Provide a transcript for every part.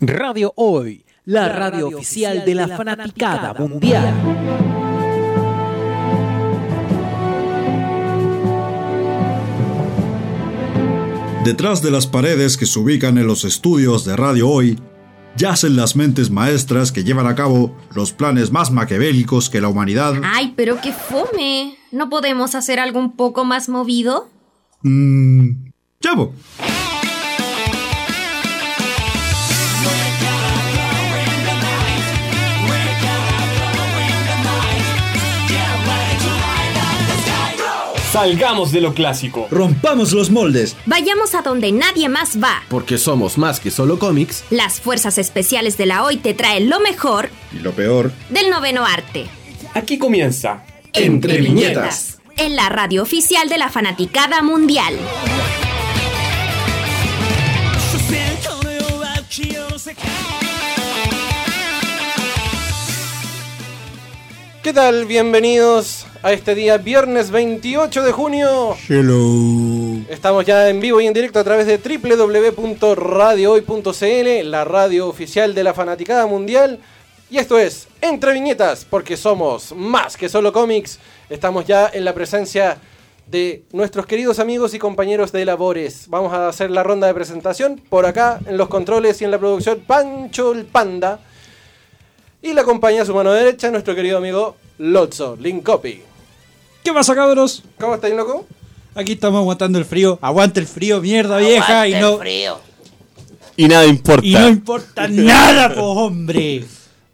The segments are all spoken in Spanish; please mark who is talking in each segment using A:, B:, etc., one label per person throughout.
A: Radio Hoy, la, radio, oficial de la, fanaticada, mundial.
B: Detrás de las paredes que se ubican en los estudios de Radio Hoy, yacen las mentes maestras que llevan a cabo los planes más maquiavélicos que la humanidad...
C: Ay, pero qué fome. ¿No podemos hacer algo un poco más movido?
B: Mm, ¡Chavo!
D: Salgamos de lo clásico.
B: ¡Rompamos los moldes!
C: Vayamos a donde nadie más va.
E: Porque somos más que solo cómics.
C: Las fuerzas especiales de la hoy te traen lo mejor
B: Y lo peor,
C: del noveno arte.
D: Aquí comienza
E: Entre Viñetas.
C: En la radio oficial de la fanaticada mundial.
D: ¿Qué tal? Bienvenidos a este día viernes 28 de junio.
B: Hello.
D: Estamos ya en vivo y en directo a través de www.radiohoy.cl, la radio oficial de la fanaticada mundial. Y esto es Entre Viñetas, porque somos más que solo cómics. Estamos ya en la presencia de nuestros queridos amigos y compañeros de labores. Vamos a hacer la ronda de presentación por acá, en los controles y en la producción Pancho el Panda. Y la acompaña a su mano derecha nuestro querido amigo Lotso, Linkopi.
F: ¿Qué pasa, cabros?
D: ¿Cómo estáis, loco?
F: Aquí estamos aguantando el frío. Aguanta el frío, mierda vieja. Y no,
G: Y nada importa.
F: y no importa nada, po, hombre.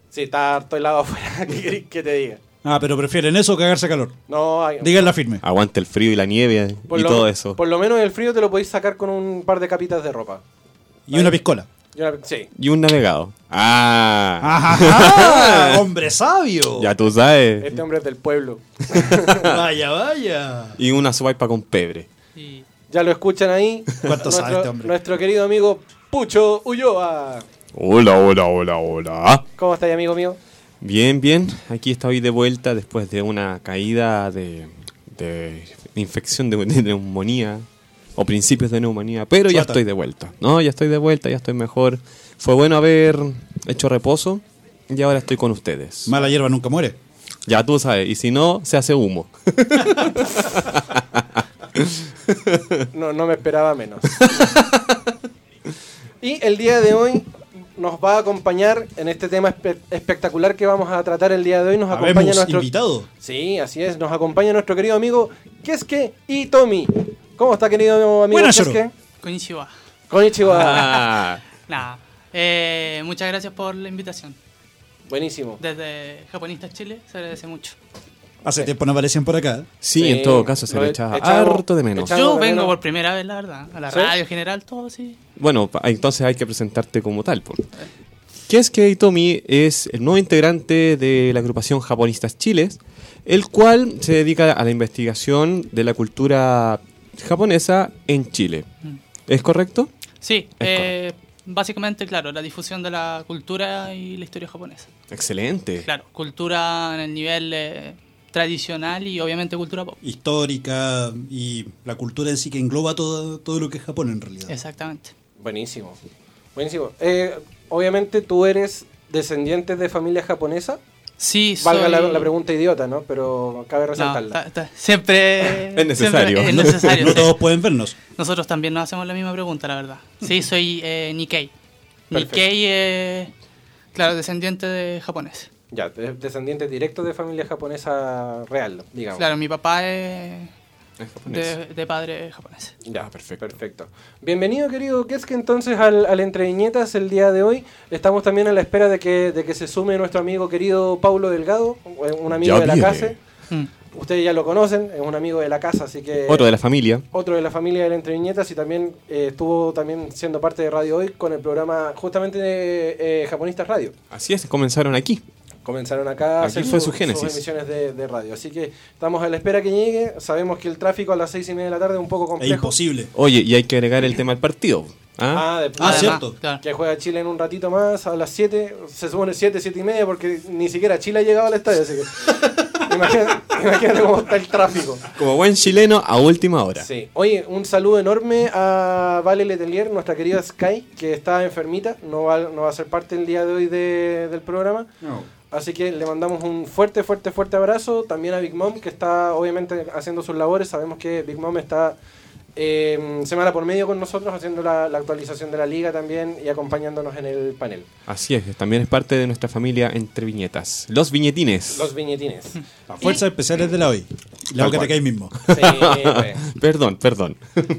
D: Sí, está harto helado afuera. ¿Qué querés que te diga?
F: Ah, pero prefieren eso que cagarse calor.
D: No, hay-
F: Díganla firme.
G: Aguanta el frío y la nieve
D: por
G: y
D: lo-
G: todo eso.
D: Por lo menos el frío te lo podéis sacar con un par de capitas de ropa.
F: Y una piscola.
D: Y una- Sí.
G: Y un navegado. Ah,
F: Ajá, ajá, hombre sabio.
G: ya tú sabes.
D: Este hombre es del pueblo.
F: Vaya, vaya.
G: Y una swipe con pebre.
D: Ya lo escuchan ahí.
F: ¿Cuánto sabe
D: nuestro,
F: este hombre?
D: Nuestro querido amigo Pucho Ulloa.
G: Hola, hola, hola, hola.
D: ¿Cómo estáis, amigo mío?
G: Bien, bien. Aquí estoy de vuelta después de una caída de, de infección de, de neumonía o principios de neumonía. Pero ya
F: Suelta.
G: estoy de vuelta. No, ya estoy de vuelta, ya estoy mejor. Fue bueno haber hecho reposo y ahora estoy con ustedes.
F: Mala hierba nunca muere.
G: Ya tú sabes. Y si no, se hace humo.
D: No, no me esperaba menos. y el día de hoy nos va a acompañar en este tema espe- espectacular que vamos a tratar el día de hoy. Nos acompaña
F: Habemos
D: nuestro.
F: invitado.
D: Sí, así es. Nos acompaña nuestro querido amigo Keske Itomi. ¿Cómo está, querido amigo
F: Buenas,
D: Keske?
F: Shoro.
H: Konnichiwa.
D: Konnichiwa.
G: Ah.
H: Nada. eh, muchas gracias por la invitación.
D: Buenísimo.
H: Desde Japonistas Chile se agradece mucho.
F: Hace tiempo no aparecían por acá.
G: Sí,
D: Sí,
G: en todo caso se
D: lo
G: le
D: e-
G: echaba
D: echamos-
G: harto de menos.
D: echamos- Claro,
H: Yo
D: de
H: vengo
D: menos.
H: por primera vez, la verdad. A la
D: ¿Sí?
H: radio en general, todo sí.
G: Bueno, pa- entonces hay que presentarte como tal. po. Que es que Itomi es el nuevo integrante de la agrupación Japonistas Chiles, el cual se dedica a la investigación de la cultura japonesa en Chile. ¿Es correcto?
H: Sí,
G: Es
H: eh, básicamente, claro, la difusión de la cultura y la historia japonesa.
G: Excelente.
H: Claro, cultura en el nivel eh, tradicional y obviamente cultura pop.
F: Histórica y la cultura en sí que engloba todo, todo lo que es Japón en realidad.
H: Exactamente.
D: Buenísimo. Buenísimo. Eh, obviamente tú eres descendiente de familia japonesa.
H: Sí,
D: Valga la,
H: soy-
D: la pregunta idiota, ¿no? Pero cabe
H: No,
D: resaltarla.
H: ta- ta- siempre
G: Es necesario.
H: siempre es necesario,
F: No
H: sí.
F: todos pueden vernos.
H: Nosotros también nos hacemos la misma pregunta, la verdad. Sí, soy eh, Nikkei.
D: Perfecto.
H: Nikkei, eh, claro, descendiente de japonés.
D: ya, de- descendiente directo de familia japonesa real, digamos.
H: Claro, mi papá es
G: Es japonés.
H: de, de padre japonés.
D: Ya,
G: Ah, perfecto.
D: perfecto. Bienvenido, querido Keske, entonces al, al Entre Viñetas el día de hoy. Estamos también a la espera de que, de que se sume nuestro amigo querido Paulo Delgado, un amigo
G: Ya
D: de la
G: viene.
D: casa.
H: Mm.
F: Ah,
D: Ustedes ya lo conocen, es un amigo de la casa, así que...
G: Otro de la familia.
D: otro de la familia de la Entre Viñetas y también eh, estuvo también siendo parte de Radio Hoy con el programa justamente de eh, Japonistas Radio.
G: Así es, comenzaron aquí.
D: Comenzaron acá a
G: Aquí
D: hacer
G: fue su
D: sus
G: génesis.
D: emisiones de, de radio. Así que estamos a la espera que llegue. Sabemos que el tráfico a las seis y media de la tarde es un poco
F: Es
D: complejo.
F: imposible.
G: Oye, y hay que agregar el tema al partido. ¿ah?
D: Ah, después
F: Ah,
H: Mm. Además,
F: cierto.
H: claro.
D: que juega Chile en un ratito más, a las 7, se supone 7, 7 y media, porque ni siquiera Chile ha llegado al estadio, así que Imagina- imagínate cómo está el tráfico.
G: Como buen chileno, a última hora.
D: Sí. Oye, un saludo enorme a Vale Letelier, nuestra querida Sky, que está enfermita, no va, no va a ser parte el día de hoy de- del programa. Así que le mandamos un fuerte, fuerte, fuerte abrazo. También a Big Mom, que está obviamente haciendo sus labores. Sabemos que Big Mom está eh, semana por medio con nosotros, haciendo la, la actualización de la liga también y acompañándonos en el panel.
G: Así es, también es parte de nuestra familia entre viñetas. Los viñetines.
D: Los viñetines.
F: Las fuerzas especiales de la hoy. La
G: Tal
F: boca
G: cual.
F: te cae mismo.
D: Sí, pues.
G: Ah, Perdón, perdón.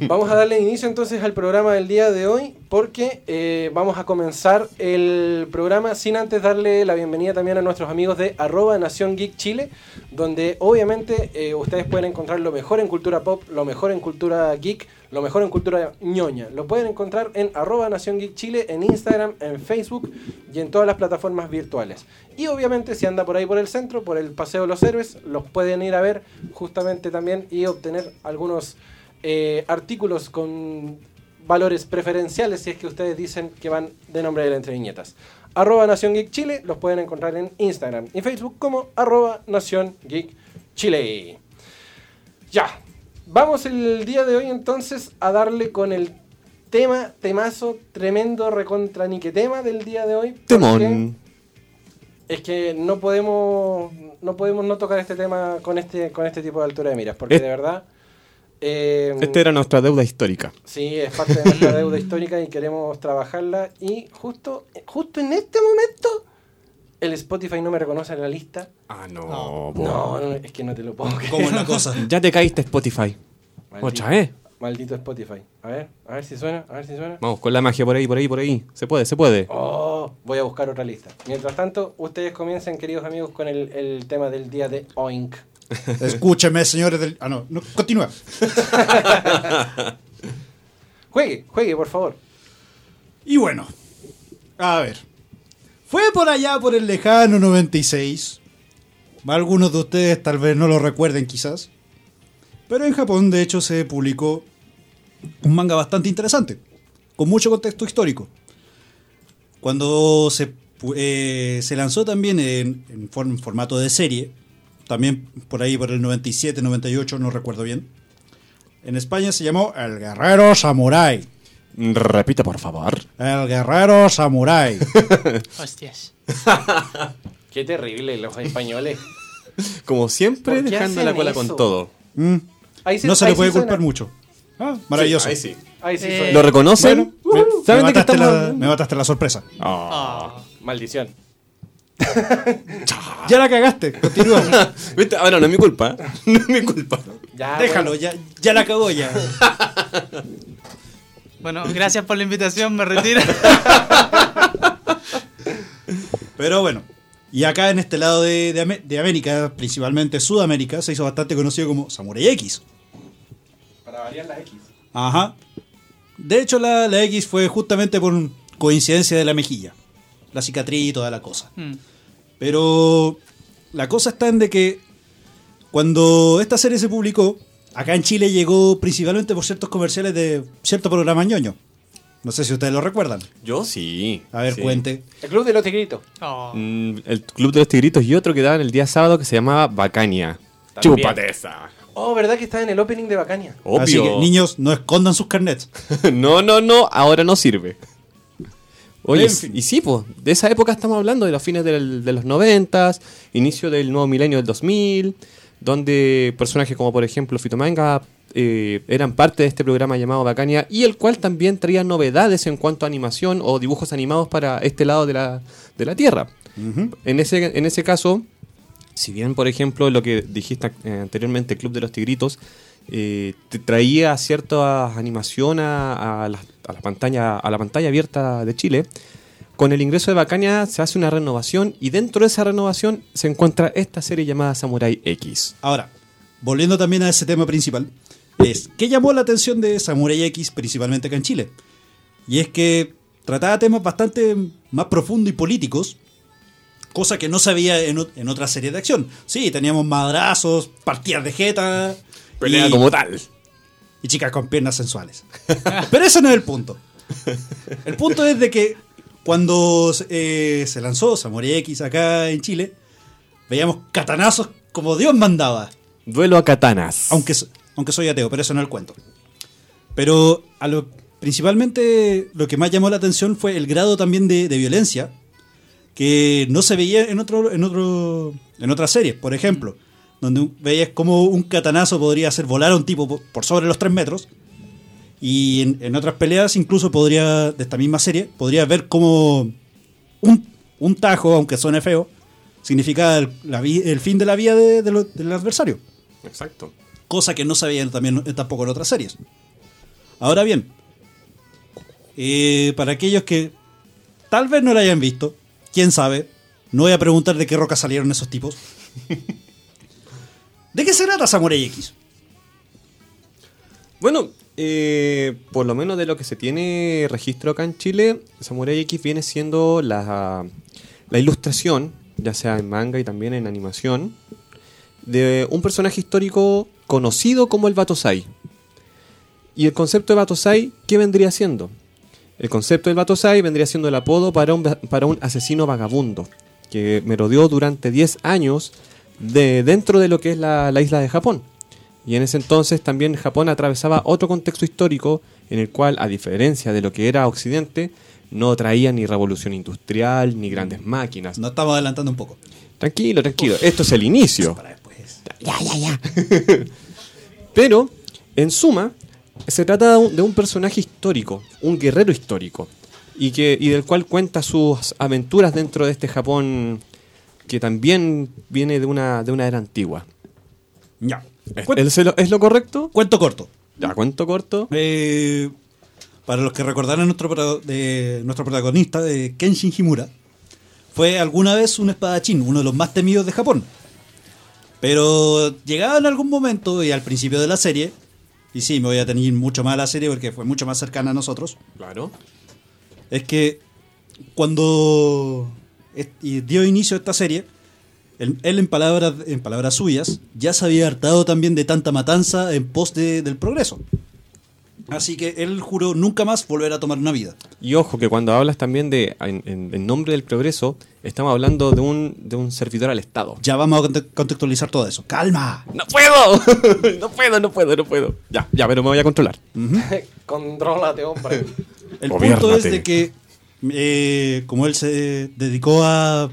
D: Vamos a darle inicio entonces al programa del día de hoy porque eh, vamos a comenzar el programa sin antes darle la bienvenida también a nuestros amigos de arroba Nación Geek Chile, donde obviamente eh, ustedes pueden encontrar lo mejor en cultura pop, lo mejor en cultura geek, lo mejor en cultura ñoña. Lo pueden encontrar en arroba Nación Geek Chile, en Instagram, en Facebook y en todas las plataformas virtuales. Y obviamente si anda por ahí por el centro, por el Paseo de los Héroes, los pueden ir a ver justamente también y obtener algunos eh, artículos con valores preferenciales si es que ustedes dicen que van de nombre de la entre viñetas. Arroba Nación Geek Chile los pueden encontrar en Instagram y Facebook como arroba Nación Geek Chile. Ya, vamos el día de hoy entonces a darle con el tema, temazo, tremendo recontra tema del día de hoy. porque
G: Temón.
D: Es que no podemos no podemos no tocar este tema con este con este tipo de altura de miras, porque
G: Es- este
D: de verdad... eh,
G: Esta era nuestra deuda histórica.
D: Sí, es parte de nuestra deuda histórica y queremos trabajarla. Y justo, justo en este momento, el Spotify no me reconoce en la lista.
G: Ah, no. po.
D: No, no, es que no te lo puedo creer.
F: ¿Cómo es la cosa?
G: Ya te caíste Spotify.
D: Maldito-
G: Ocha, ¿eh?
D: Maldito Spotify. A ver, a ver si suena, a ver si suena.
G: Vamos, con la magia por ahí, por ahí, por ahí. Se puede, se puede.
D: Oh, voy a buscar otra lista. Mientras tanto, ustedes comiencen, queridos amigos, con el, el tema del día de Oink.
F: Escúcheme, señores del. Ah, no, no, continúa.
D: Juegue, juegue, por favor.
F: Y bueno, a ver. Fue por allá, por el lejano 96. Algunos de ustedes tal vez no lo recuerden quizás. Pero en Japón de hecho se publicó un manga bastante interesante, con mucho contexto histórico. Cuando se, pu- eh, se lanzó también en, en form- formato de serie, también por ahí por el 97, 98, no recuerdo bien. En España se llamó El Guerrero Samurai.
G: Repita, por favor.
F: El guerrero samurái.
H: Hostias.
D: Qué terrible los españoles.
G: Como siempre,
D: ¿Por qué
G: dejando
D: hacen
G: la cola
D: eso?
G: con todo.
F: Mm.
D: Ahí sí-
F: No se le
D: ahí
F: puede
D: sí suena.
F: culpar mucho. Ah, maravilloso.
G: Sí, ahí sí.
D: Ahí sí
H: Eh,
D: suena.
G: ¿Lo reconocen?
F: Bueno, me,
G: Uh, ¿Saben
F: me
G: de
F: mataste
G: qué estamos
F: la, me
G: hablando?
F: mataste la sorpresa.
H: Ah.
D: Maldición.
G: Ah.
F: Ya la cagaste, continúa.
G: ¿Viste? Ahora no es mi culpa. ¿eh? No es mi culpa.
D: Ya,
F: Déjalo, ya, ya la cagó ya.
H: Bueno, gracias por la invitación, me retiro.
F: Pero bueno. Y acá en este lado de, de Ame- de América, principalmente Sudamérica, se hizo bastante conocido como Samurai X.
D: Para variar las X.
F: Ajá. De hecho, la, la X fue justamente por coincidencia de la mejilla. La cicatriz y toda la cosa.
H: Mm.
F: Pero la cosa está en de que cuando esta serie se publicó, acá en Chile llegó principalmente por ciertos comerciales de cierto programa ñoño. No sé si ustedes lo recuerdan.
G: Yo sí.
F: A ver,
G: sí.
F: cuente.
D: El Club de los Tigritos.
H: Oh.
G: Mm, el Club de los Tigritos y otro que daban el día sábado que se llamaba Bacania.
D: También.
G: Chúpate esa.
D: Oh, ¿verdad que está en el opening de Bacania?
G: Obvio.
F: Así que, niños, no escondan sus carnets.
G: no, no, no, ahora no sirve. Oye,
F: En fin.
G: y sí, pues, de esa época estamos hablando, de los fines del- de los noventas, inicio del nuevo milenio del 2000, donde personajes como, por ejemplo, Fitomanga eh, eran parte de este programa llamado Bacania, y el cual también traía novedades en cuanto a animación o dibujos animados para este lado de la, de la Tierra. en, ese, en ese caso, si bien, por ejemplo, lo que dijiste eh, anteriormente, Club de los Tigritos, eh, te traía cierta animación a, a la, a la pantalla, a la pantalla abierta de Chile, con el ingreso de Bacania se hace una renovación y dentro de esa renovación se encuentra esta serie llamada Samurai X.
F: Ahora, volviendo también a ese tema principal, es ¿qué llamó la atención de Samurai X principalmente acá en Chile? Y es que trataba temas bastante más profundos y políticos, cosa que no sabía en, ot- en otra serie de acción. Sí, teníamos madrazos, partidas de jeta.
G: Pelea
F: y-
G: como tal.
F: y chicas con piernas sensuales. Pero ese no es el punto. El punto es de que cuando eh, se lanzó Samurai X acá en Chile, veíamos catanazos como Dios mandaba.
G: Duelo a katanas.
F: Aunque, so- aunque soy ateo, pero eso no es el cuento. Pero a lo, principalmente lo que más llamó la atención fue el grado también de, de violencia que no se veía en otro en otro en otras series, por ejemplo, donde un- veías cómo un catanazo podría hacer volar a un tipo po- por sobre los 3 metros y en, en otras peleas incluso podría de esta misma serie podría ver cómo un, un tajo, aunque suene feo, significaba el, la vi- el fin de la vida de- de lo- del adversario
G: Exacto.
F: cosa que no sabían también eh, tampoco en otras series. Ahora bien, eh, para aquellos que tal vez no la hayan visto, quién sabe, no voy a preguntar de qué roca salieron esos tipos. ¿De qué se trata Samurai X?
G: Bueno, eh, por lo menos de lo que se tiene registro acá en Chile, Samurai X viene siendo la, la ilustración, ya sea en manga y también en animación, de un personaje histórico conocido como el Batosai. Y el concepto de Batosai, ¿qué vendría siendo? El concepto del Batosai vendría siendo el apodo para un, va- para un asesino vagabundo que merodeó durante 10 años de, dentro de lo que es la, la isla de Japón. Y en ese entonces también Japón atravesaba otro contexto histórico en el cual, a diferencia de lo que era Occidente, no traía ni revolución industrial ni grandes máquinas.
F: No estamos adelantando un poco.
G: Tranquilo, tranquilo. Esto es el inicio.
F: Para después.
G: Pero, en suma, se trata de un, de un personaje histórico, un guerrero histórico, y, que, y del cual cuenta sus aventuras dentro de este Japón que también viene de una, de una era antigua.
F: Ya.
G: ¿Es,
F: Cuen-
G: es lo, es lo correcto?
F: Cuento corto.
G: Ya, cuento corto.
F: Eh, para los que recordaran nuestro, pro- de, nuestro protagonista, de Kenshin Himura, fue alguna vez un espadachín, uno de los más temidos de Japón. Pero llegaba en algún momento y al principio de la serie, y sí, me voy a tener mucho más a la serie porque fue mucho más cercana a nosotros,
G: Claro.
F: es que cuando est- y dio inicio a esta serie, él, él en, palabras, en palabras suyas ya se había hartado también de tanta matanza en pos de- del progreso. Así que él juró nunca más volver a tomar una vida.
G: Y ojo que cuando hablas también de en, en- en nombre del progreso, estamos hablando de un, de un servidor al Estado.
F: Ya vamos a conte- contextualizar todo eso. ¡Calma!
G: ¡No puedo! ¡No puedo, no puedo, no puedo! Ya, ya, pero me voy a controlar.
D: Contrólate, hombre.
F: El punto
G: Gobiérnate.
F: es de que, eh, como él se dedicó a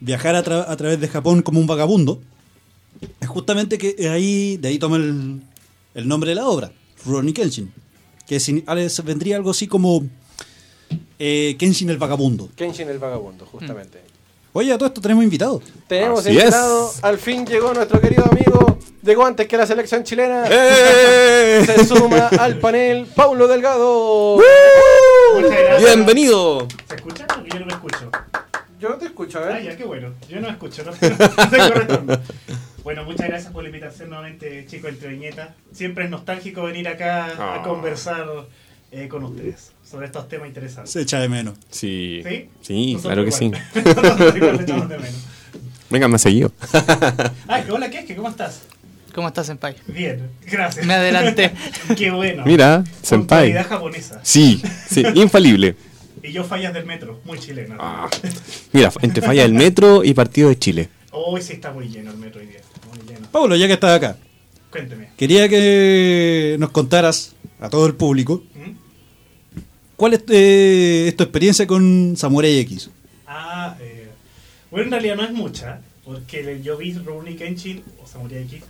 F: viajar a, tra- a través de Japón como un vagabundo, es justamente que ahí, de ahí toma el, el nombre de la obra, Ronnie Kenshin, que sin- a veces vendría algo así como eh, Kenshin el vagabundo.
D: Kenshin el vagabundo, justamente.
F: Oye, a todo esto tenemos invitado.
D: Tenemos
G: Así es.
D: invitado, al fin llegó nuestro querido amigo, llegó antes que la selección chilena.
G: ¡Eh!
D: Se suma al panel Paulo Delgado.
I: Muchas gracias.
G: ¡Bienvenido!
I: ¿Se escucha? Porque yo no me escucho.
D: Yo no te escucho, a
I: Ah,
D: ver.
I: ya, qué bueno. Yo no me escucho, no, sé- no sé correcto. Bueno, muchas gracias por la invitación nuevamente, chicos entre viñetas. Siempre es nostálgico venir acá
G: Ah.
I: a conversar eh, con ustedes sobre estos temas interesantes.
F: Se echa de menos.
G: Sí.
I: ¿Sí?
G: Sí,
I: Nosotros
G: claro que sí.
I: igual. Nosotros igual le echamos de menos.
G: Venga, más seguido.
I: Ah, que hola, ¿qué es? que ¿Cómo estás?
H: ¿Cómo estás, Senpai?
I: Bien, gracias.
H: Me adelanté.
I: qué bueno.
G: Mira, senpai.
I: Puntualidad japonesa.
G: Sí, sí, infalible.
I: Y yo fallas del metro, muy chilena.
G: Ah. Mira, entre falla del metro y partido de Chile.
I: Hoy sí está muy lleno el metro hoy día. Muy lleno.
F: Pablo, ya que estás acá,
I: Cuénteme.
F: quería que nos contaras a todo el público
I: ¿Mm?
F: cuál es, eh, es tu experiencia con Samurai X.
I: Ah, eh, bueno, en realidad no es mucha, porque yo vi Rurouni Kenshin, o Samurai X,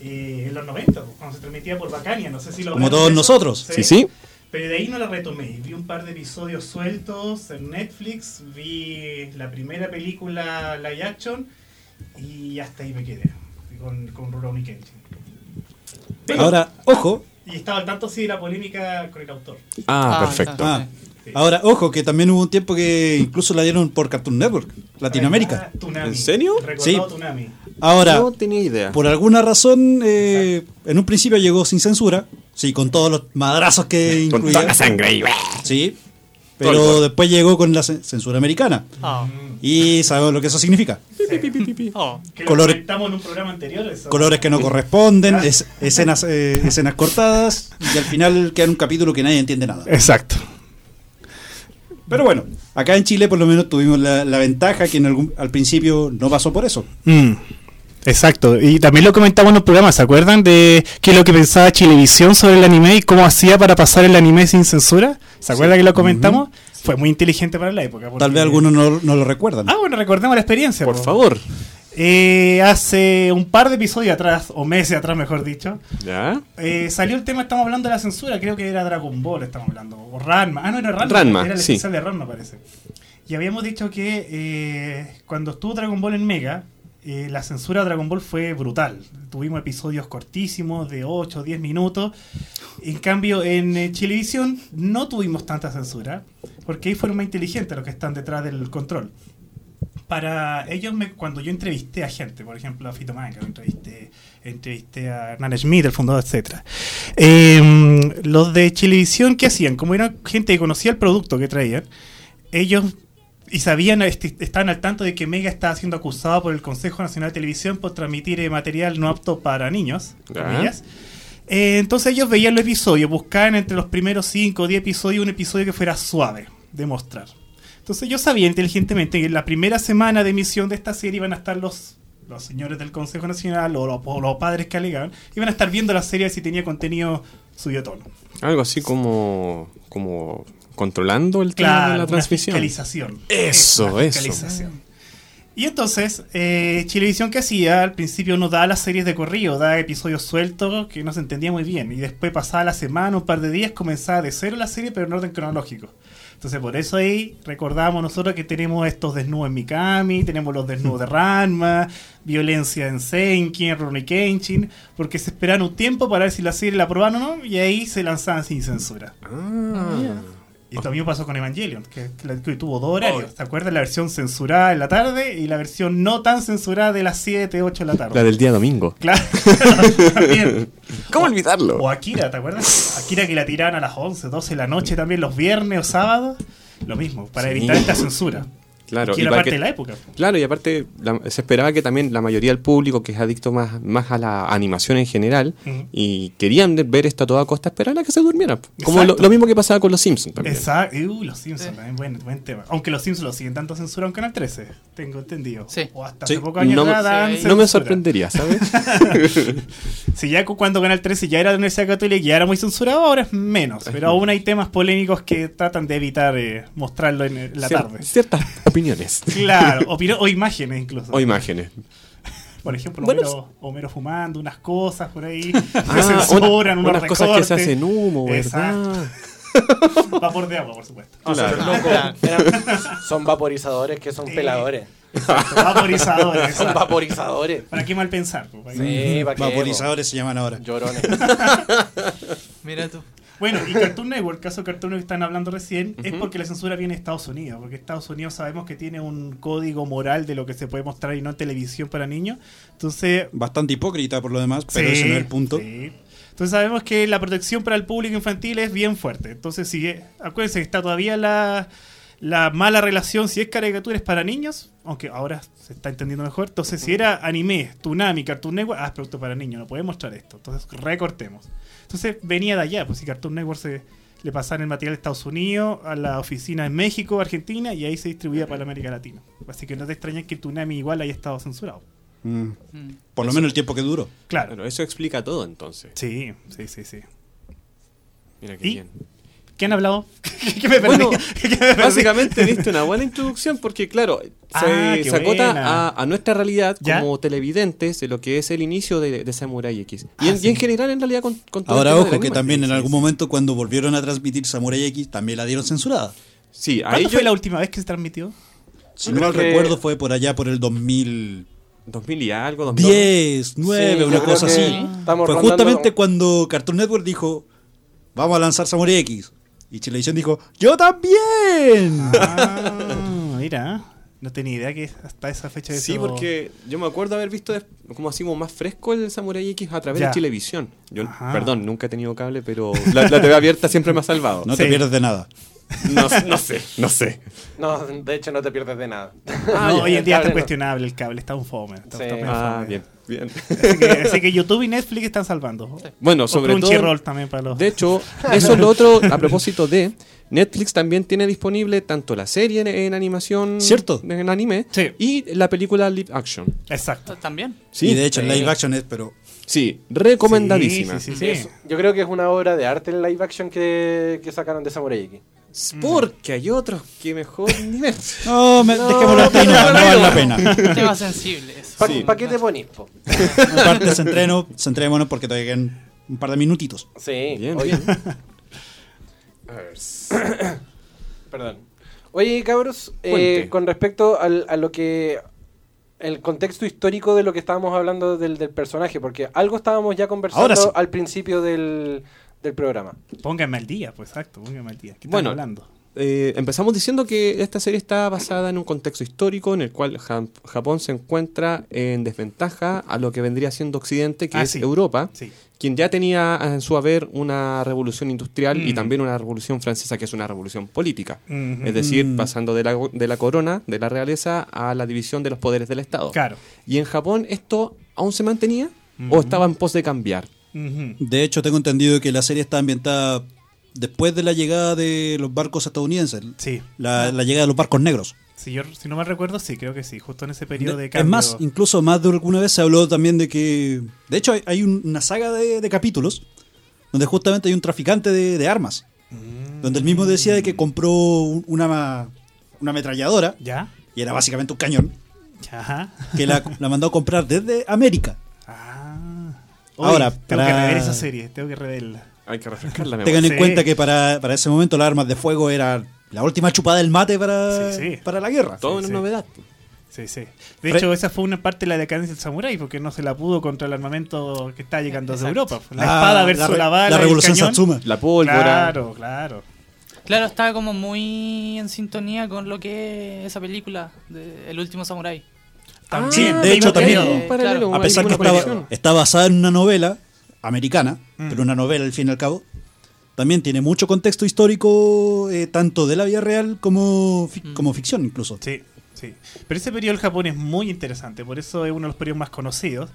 I: eh, en los 90, pues, cuando se transmitía por Bacania, no sé si lo
F: Como
I: habrán
F: todos
I: visto.
F: nosotros.
G: Sí, sí.
I: Pero de ahí no la retomé, vi un par de episodios sueltos en Netflix, vi la primera película live action y hasta ahí me quedé con, con Rurouni Kenshin. Pero-
F: Ahora, ojo,
I: Y estaba al tanto sí de la polémica con el autor.
G: Ah,
H: Ah,
G: perfecto.
F: Ah,
I: Sí.
F: ahora, ojo, que también hubo un tiempo que incluso la dieron por Cartoon Network, Latinoamérica.
I: Ah, Tsunami.
G: ¿En serio?
I: Recordado
F: Sí.
I: Tsunami.
F: Ahora,
G: no tenía idea.
F: por alguna razón, eh, en un principio llegó sin censura, sí, con todos los madrazos que
G: Con toda
F: incluía,
G: la sangre ahí. ¡ah!
F: sí,
G: Todo el
F: pero
G: gore.
F: después llegó con la cen- censura americana.
H: Oh.
F: Y sabemos lo que eso significa.
H: Oh.
I: Que
F: Colores-
I: lo comentamos en un programa anterior. Eso.
F: Colores que no corresponden, es- escenas, eh, escenas cortadas, y al final queda un capítulo que nadie entiende nada.
J: Exacto.
F: Pero bueno, acá en Chile por lo menos tuvimos la, la ventaja que en algún, al principio no pasó por eso.
I: Mm, Exacto, y también lo comentamos en los programas, ¿se acuerdan de qué es lo que pensaba Chilevisión sobre el anime y cómo hacía para pasar el anime sin censura? ¿Se acuerdan que lo comentamos? Fue muy inteligente para la época.
F: Tal
I: porque-
F: vez algunos no, no lo recuerdan.
I: Ah, bueno, recordemos la experiencia.
G: Por
I: po.
G: favor.
I: Eh, hace un par de episodios atrás, o meses atrás mejor dicho,
G: ¿Ya?
I: eh, salió el tema, estamos hablando de la censura, creo que era Dragon Ball, estamos hablando, o Ranma. Ah, no, era Ranma,
G: Ranma,
I: era el
G: sí.
I: especial de Ranma parece. Y habíamos dicho que eh, cuando estuvo Dragon Ball en Mega, eh, la censura de Dragon Ball fue brutal. Tuvimos episodios cortísimos de 8 o 10 minutos. En cambio, en eh, Chilevisión no tuvimos tanta censura, porque ahí fueron más inteligentes los que están detrás del control. Para ellos, me- cuando yo entrevisté a gente, por ejemplo a Fito Manga, lo entrevisté, entrevisté a Hernán Schmidt, el fundador, etcétera eh, los de Chilevisión, ¿qué hacían? Como era gente que conocía el producto que traían, ellos y sabían, este, estaban al tanto de que Mega estaba siendo acusado por el Consejo Nacional de Televisión por transmitir eh, material no apto para niños,
G: Ya.
I: comillas. Eh, entonces ellos veían los episodios, buscaban entre los primeros 5 o 10 episodios un episodio que fuera suave de mostrar. Entonces yo sabía inteligentemente que en la primera semana de emisión de esta serie iban a estar los, los señores del Consejo Nacional o los, o los padres que alegaban, iban a estar viendo la serie si tenía contenido subido tono.
G: Algo así como, como controlando el tema de la
I: una
G: transmisión.
I: Fiscalización.
G: Eso,
I: Una
G: eso.
I: fiscalización. Y entonces, eh, Chilevisión que hacía, al principio no daba las series de corrido, daba episodios sueltos que no se entendía muy bien. Y después pasaba la semana, un par de días, comenzaba de cero la serie, pero en orden cronológico. Entonces, por eso ahí recordábamos nosotros que tenemos estos desnudos en Mikami, tenemos los desnudos de Ranma, violencia en Senkin, Ronnie Kenshin, porque se esperaban un tiempo para ver si la serie la aprobaban o no, y ahí se lanzaban sin censura. Y lo mismo pasó con Evangelion, que, que tuvo
G: Oh.
I: dos horarios. ¿Te acuerdas? La versión censurada en la tarde y la versión no tan censurada de las 7, 8 de la tarde.
G: La del día domingo.
I: Claro, también.
G: ¿Cómo olvidarlo?
I: O Akira, ¿te acuerdas? Akira que la tiraban a las 11, 12 de la noche también, los viernes o sábados. Lo mismo, para
G: Sí.
I: evitar esta censura.
G: Claro, y
I: que era
G: para
I: parte
G: que-
I: de la época.
G: Claro, y aparte la- se esperaba que también la mayoría del público, que es adicto más, más a la animación en general,
I: Ujú.
G: y querían de- ver esto a toda costa, esperaban a que se durmieran. Como lo,
I: Exacto.
G: lo mismo que pasaba con los Simpsons también.
I: Exacto. Uy, los Simpsons
H: Sí.
I: también, buen, buen tema. Aunque los Simpsons lo siguen tanto censurado en Canal 13, tengo entendido.
H: Sí.
I: O hasta
F: Sí.
I: hace pocos años
G: No, me-
I: atrás daban
H: sí,
G: No me
I: censura.
G: sorprendería, ¿sabes?
I: Si ya cu- cuando Canal 13 ya era de Universidad Católica y ya era muy censurado, ahora es menos. Pero aún hay temas polémicos que tratan de evitar eh, mostrarlo en eh, la
G: Cier-
I: tarde.
G: Ciertas opiniones
I: Claro, opino- o imágenes incluso.
G: o imágenes.
I: por ejemplo,
G: Bueno,
I: Homero, Homero fumando, unas cosas por ahí.
G: Ah,
I: se censuran,
G: una-
I: unos
G: unas cosas que se
I: recortes.
G: hacen humo,
I: Exacto.
G: ¿verdad?
I: Vapor de agua, por supuesto.
G: Claro.
D: Eran- eran- son vaporizadores que son
I: Sí.
D: peladores.
I: Vaporizadores.
D: Son
I: exacto.
D: vaporizadores.
I: ¿Para qué mal pensar? po? ¿Para qué-
D: Sí, pa' qué, po.
F: Vaporizadores se llaman ahora.
D: Llorones.
H: Mira tú.
I: Bueno, y Cartoon Network, caso de Cartoon Network que están hablando recién, es porque la censura viene de Estados Unidos, porque Estados Unidos sabemos que tiene un código moral de lo que se puede mostrar y no en televisión para niños. Entonces,
F: Bastante hipócrita por lo demás, pero ese no es el punto.
I: sí. Entonces sabemos que la protección para el público infantil es bien fuerte. Entonces, si acuérdense que está todavía la, la mala relación, si es caricatura es para niños, aunque ahora se está entendiendo mejor. Entonces, si era anime, Tunami, Cartoon Network, ah, es producto para niños, no podemos mostrar esto. Entonces, recortemos. Entonces, venía de allá, pues si Cartoon Network se le pasaron el material de Estados Unidos a la oficina en México, Argentina, y ahí se distribuía para América Latina. Así que no te extrañes que Tunami igual haya estado censurado.
F: Mm,
H: Mm.
F: Por lo menos el tiempo que duró.
I: Claro.
G: Bueno, eso explica todo entonces.
I: Sí, sí, sí, sí.
G: Mira qué
I: Y-
G: bien.
I: ¿Qué han hablado? ¿Qué me perdí?
G: Bueno,
I: ¿Qué me perdí?
G: básicamente diste una buena introducción porque, claro,
I: Ah,
G: se,
I: qué
G: se acota
I: buena.
G: a, a nuestra realidad
I: ¿Ya?
G: como televidentes de lo que es el inicio de, de Samurai X. Y,
I: Ah,
G: en, y
I: sí.
G: en general, en realidad, con, con todo el
F: Ahora,
G: tema de la
F: ojo, que
G: misma.
F: también en
G: Sí,
F: algún
G: sí.
F: momento cuando volvieron a transmitir Samurai X también la dieron censurada.
G: Sí, a
I: ¿Cuándo
G: ellos.
I: fue la última vez que se transmitió?
F: Si no mal
G: que-
F: recuerdo fue por allá por el 2010,
G: 2000 y algo, 2000.
F: 9,
D: Sí, yo
F: una
D: creo
F: cosa
D: que
F: así.
D: estamos
F: Fue
D: rondando
F: justamente
D: con-
F: cuando Cartoon Network dijo, vamos a lanzar Samurai X. Y Chilevisión dijo, yo también.
I: Ah, mira. No tenía idea que hasta esa fecha de
G: Sí,
I: eso-
G: porque yo me acuerdo haber visto des- como así como más fresco el Samurai X a través
I: Ya.
G: de Televisión. Yo,
I: Ajá.
G: perdón, nunca he tenido cable, pero la, la TV abierta siempre me ha salvado.
F: No te
I: Sí.
F: pierdes de nada.
G: No, no sé, no sé.
D: No, de hecho no te pierdes de nada.
I: No, hoy en Ah, día está
D: Cable no.
I: cuestionable el cable, está un fome. Está,
D: Sí.
I: está medio
G: Ah,
I: fome.
G: bien, bien.
I: Así que, así que YouTube y Netflix están salvando.
G: Bueno,
I: O
G: sobre todo.
I: Crunchyroll también para los.
G: De hecho, eso es lo otro a propósito de. Netflix también tiene disponible tanto la serie en, en animación,
F: ¿Cierto?
G: en anime,
I: Sí.
G: y la película live action.
I: Exacto.
H: También.
G: Sí,
F: y de hecho, en live action es, pero.
G: Sí, recomendadísima.
I: Sí,
D: Sí,
I: sí, sí.
D: es- yo creo que es una obra de arte en live action que, que sacaron de Samurai X.
G: Porque hay otros que mejor ni ver.
F: No, me, dejémoslo hasta ahí, no, no vale la pena.
H: Temas sensibles.
D: ¿Para
G: Sí.
D: qué te ponís, po?
F: Aparte, centreno, centrémonos porque todavía quedan un par de minutitos.
D: Sí.
G: Bien,
D: oye. Perdón. Oye, cabros, eh,
G: Cuente.
D: con respecto al- a lo que. El contexto histórico de lo que estábamos hablando del, del personaje, porque algo estábamos ya conversando
F: Ahora sí.
D: al principio del, del programa.
I: Pónganme al día, pues exacto, pónganme al día. ¿Qué
G: Bueno.
I: bueno, hablando?
G: Eh, empezamos diciendo que esta serie está basada en un contexto histórico en el cual Jam- Japón se encuentra en desventaja a lo que vendría siendo Occidente, que
I: Ah,
G: es
I: sí.
G: Europa,
I: Sí.
G: quien ya tenía en su haber una revolución industrial y
I: Mm.
G: también una revolución francesa, que es una revolución política.
I: Ujú.
G: Es decir,
F: Mm.
G: pasando de la, de la corona, de la realeza, a la división de los poderes del Estado.
I: Claro.
G: Y en Japón esto aún se mantenía o estaba en pos de cambiar.
I: Ujú.
F: De hecho, tengo entendido que la serie está ambientada después de la llegada de los barcos estadounidenses.
I: Sí.
F: La, la llegada de los barcos negros.
I: Si, yo, si no me recuerdo, sí, creo que sí, justo en ese periodo de
F: es
I: cambio.
F: más, incluso más de alguna vez se habló también de que. De hecho, hay, hay un- una saga de, de capítulos donde justamente hay un traficante de, de armas.
I: Mm.
F: Donde el mismo decía de que compró un- una, ma- una ametralladora
I: ¿Ya?
F: y era básicamente un cañón
I: ¿Ya?
F: que la, la mandó a comprar desde América.
I: Ah.
F: Ahora,
I: tengo
F: para-
I: que rever esa serie, tengo que reverla.
G: Hay que refrescar la memoria.
F: Tengan en
I: Sí.
F: cuenta que para, para ese momento las armas de fuego era la última chupada del mate para,
I: Sí, sí.
F: para la guerra.
G: Todo
I: Sí,
G: una
I: sí.
G: novedad.
I: Sí, sí. De
F: Fre-
I: hecho, esa fue una parte de la decadencia del samurái, porque no se la pudo contra el armamento que está llegando desde Europa. La
F: Ah,
I: espada versus la,
F: re-
I: bala.
F: La revolución
I: el cañón.
F: Satsuma.
G: La pólvora.
I: Claro, claro.
H: Claro, estaba como muy en sintonía con lo que es esa película, de El último samurái.
G: Ah,
I: También.
F: Sí, de
I: Mismo
F: hecho, también-
I: periodo.
H: Eh,
G: paralelo,
H: claro.
F: A pesar que
G: Ninguna
F: estaba,
G: conexión.
F: está basada en una novela americana,
I: Mm.
F: pero una novela al fin y al cabo, también tiene mucho contexto histórico, eh, tanto de la vida real como, fi- como ficción incluso.
I: Sí, sí. Pero ese periodo del Japón es muy interesante, por eso es uno de los periodos más conocidos.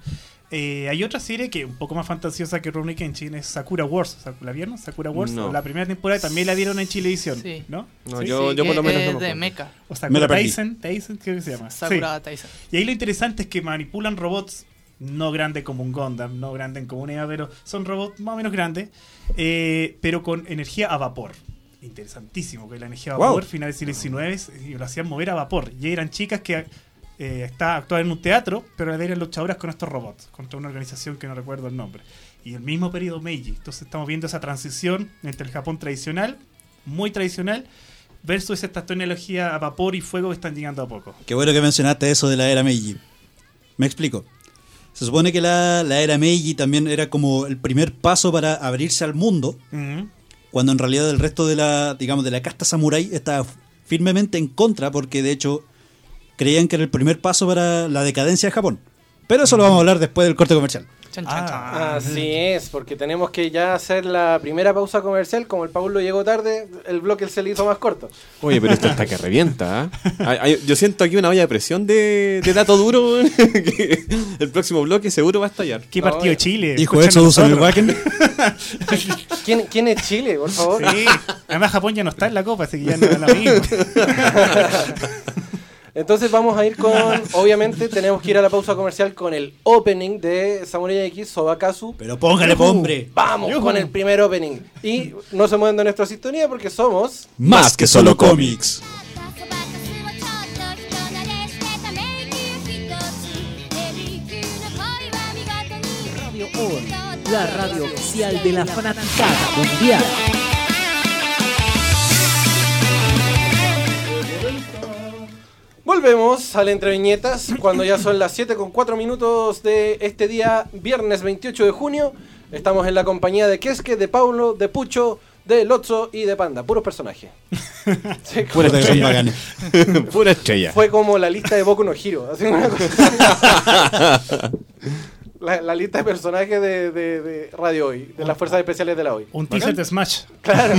I: Eh, hay otra serie que un poco más fantasiosa que Rurouni Kenshin es Sakura Wars. ¿Sac- ¿La vieron? Sakura Wars.
G: No.
I: La primera temporada también la vieron en Chilevisión,
H: Sí.
I: ¿no?
G: No, yo,
I: ¿Sí?
H: Sí,
G: yo por
H: que
G: lo menos
H: es
G: no me
H: de
G: acuerdo.
H: Mecha,
I: O
F: Me la
I: Sakura
F: perdí.
I: Tyson, Tyson creo que se llama.
H: Sakura
I: Sí.
H: Taisen.
I: Y ahí lo interesante es que manipulan robots no grandes como un Gundam, no grandes como un EVA, pero son robots más o menos grandes, eh, pero con energía a vapor. Interesantísimo, que la energía a
F: Wow.
I: vapor, finales del siglo XIX, eh, lo hacían mover a vapor. Y eran chicas que eh, está, actuaban en un teatro, pero eran luchadoras con estos robots, contra una organización que no recuerdo el nombre. Y el mismo periodo Meiji. Entonces estamos viendo esa transición entre el Japón tradicional, muy tradicional, versus esta tecnología a vapor y fuego que están llegando a poco.
F: Qué bueno que mencionaste eso de la era Meiji. Me explico. Se supone que la, la era Meiji también era como el primer paso para abrirse al mundo,
I: Ujú.
F: cuando en realidad el resto de la, digamos, de la casta samurái estaba firmemente en contra porque de hecho creían que era el primer paso para la decadencia de Japón. Pero eso lo vamos a hablar después del corte comercial.
H: Chan,
G: Ah,
H: chan, chan.
D: Ah, Así es, porque tenemos que ya hacer la primera pausa comercial. Como el Paulo llegó tarde, el bloque se le hizo más corto.
G: Oye, pero esto está que revienta. ¿ah? Ay, ay, yo siento aquí una olla de presión de, de dato duro. que el próximo bloque seguro va a estallar.
I: ¿Qué
D: No,
I: partido
D: eh.
I: de Chile?
F: Dijo
I: Escuchan a
F: Exodus en el
I: nosotros.
F: Wacken.
D: ¿Quién, quién es Chile, por favor?
I: Sí. Además, Japón ya no está en la copa, así que ya no da lo mismo.
D: Entonces vamos a ir con, obviamente tenemos que ir a la pausa comercial con el opening de Samurai X Sobakasu.
F: Pero póngale, po, hombre.
D: Vamos con el primer opening. Y no se muevan de nuestra sintonía porque somos...
F: Más que solo cómics.
K: そばかすをちょっと人慣れしてため息ひとつ」「エリックの恋は見事に」
A: La radio oficial de la fanaticada mundial.
D: Volvemos al Entre Viñetas cuando ya son las 7 con 4 minutos de este día, viernes 28 de junio. Estamos en la compañía de Keske, de Paulo, de Pucho, de Lotso y de Panda, puros personajes. Sí, como-
F: Puta que son bacanes.
G: Pura estrella.
D: Fue como la lista de Boku no Hero. así una cosa. la, la lista de personajes de, de- de Radio Hoy, de las fuerzas especiales de la Hoy.
I: Un teaser de Smash.
D: Claro.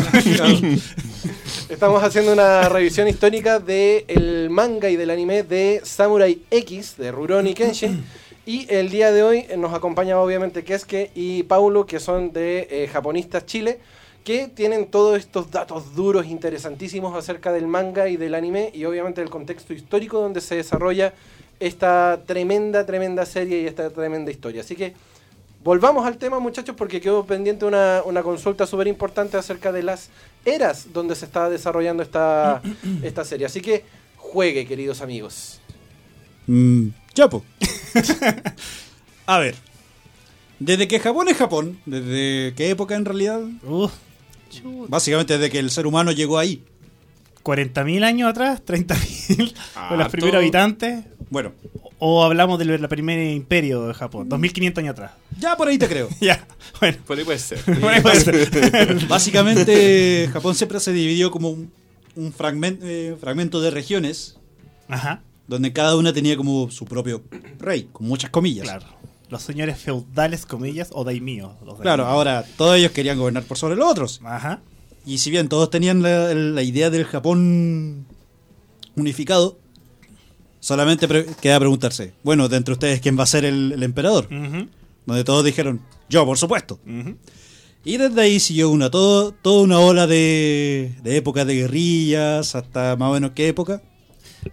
D: Estamos haciendo una revisión histórica del manga y del anime de Samurai X de Rurouni Kenshin. Y el día de hoy nos acompaña obviamente Keske y Paulo, que son de eh, Japonistas Chile, que tienen todos estos datos duros, interesantísimos acerca del manga y del anime y obviamente del contexto histórico donde se desarrolla esta tremenda, tremenda serie y esta tremenda historia. Así que volvamos al tema muchachos porque quedó pendiente una, una consulta súper importante acerca de las eras donde se está desarrollando esta, esta serie. Así que juegue queridos amigos.
F: Mm, chapo. A ver. Desde que Japón es Japón, ¿desde qué época en realidad? Básicamente desde que el ser humano llegó ahí.
I: 40.000 años atrás, 30.000, con los
F: Harto.
I: primeros habitantes.
F: Bueno.
I: O hablamos del la primer imperio de Japón, 2.500 años atrás.
F: Ya por ahí te creo.
I: ya, bueno.
G: Por ahí puede ser.
I: Por ahí puede ser.
F: Básicamente, Japón siempre se dividió como un, un fragmen- eh, fragmento de regiones.
I: Ajá.
F: Donde cada una tenía como su propio rey, con muchas comillas.
I: Claro. Los señores feudales, comillas, o daimíos. los daimíos.
F: Claro, ahora todos ellos querían gobernar por sobre los otros.
I: Ajá.
F: Y si bien todos tenían la, la idea del Japón unificado, solamente pre- queda preguntarse, bueno, de entre ustedes, ¿quién va a ser el, el emperador?
I: Ujú.
F: Donde todos dijeron, yo, por supuesto. Y desde ahí siguió una, todo, toda una ola de, de época de guerrillas, hasta más o menos qué época.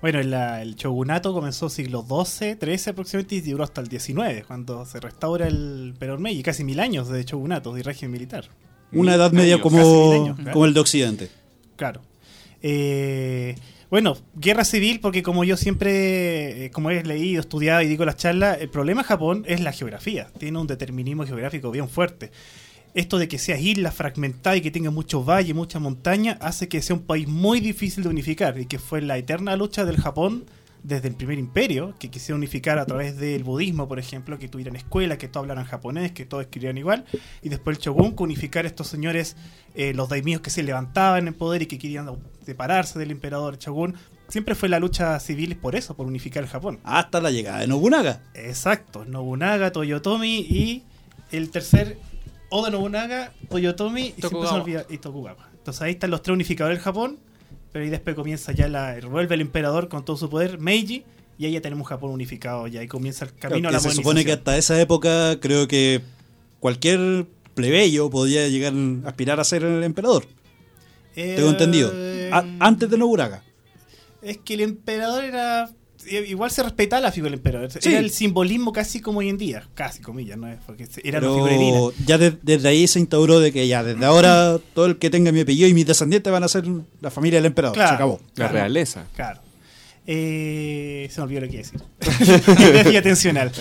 I: Bueno, la- el shogunato comenzó siglo XII, XIII aproximadamente y duró hasta el XIX, cuando se restaura el Perón Meiji. Casi mil años de shogunato y régimen militar.
F: Una
I: Mil
F: edad media
I: años, casi mil
F: como,
I: años, claro.
F: como el de Occidente.
I: Claro. Eh, bueno, guerra civil, porque como yo siempre, eh, como he leído, estudiado y digo en las charlas, el problema de Japón es la geografía. Tiene un determinismo geográfico bien fuerte. Esto de que seas isla fragmentada y que tenga muchos valles, muchas montañas, hace que sea un país muy difícil de unificar y que fue la eterna lucha del Japón desde el primer imperio, que quisieron unificar a través del budismo, por ejemplo, que tuvieran escuelas, que todos hablaran japonés, que todos escribieran igual, y después el shogun, que unificar a estos señores, eh, los daimios que se levantaban en poder y que querían separarse del emperador shogun. Siempre fue la lucha civil por eso, por unificar el Japón.
F: Hasta la llegada de Nobunaga.
I: Exacto, Nobunaga, Toyotomi y el tercer Oda Nobunaga, Toyotomi y, siempre se
H: Tokugawa.
I: olvida- y Tokugawa. Entonces ahí están los tres unificadores del Japón, pero ahí después comienza ya la vuelve el emperador con todo su poder, Meiji, y ahí ya tenemos un Japón unificado, ya ahí comienza el camino
F: Claro,
I: a la
F: que se supone que
I: modernización.
F: hasta esa época creo que cualquier plebeyo podía llegar a aspirar a ser el emperador. Tengo
I: Eh,
F: entendido. A- antes de Nobunaga.
I: Es que el emperador era eh, igual se respetaba la figura del emperador,
F: Sí.
I: era el simbolismo casi como hoy en día, casi comillas, no es porque era una
F: Pero
I: figura divina.
F: ya de- desde ahí se instauró de que ya desde ahora todo el que tenga mi apellido y mis descendientes van a ser la familia del emperador.
I: Claro.
F: se acabó.
G: La realeza.
I: Claro. Eh, se me olvidó lo que iba a decir. Déficit atencional.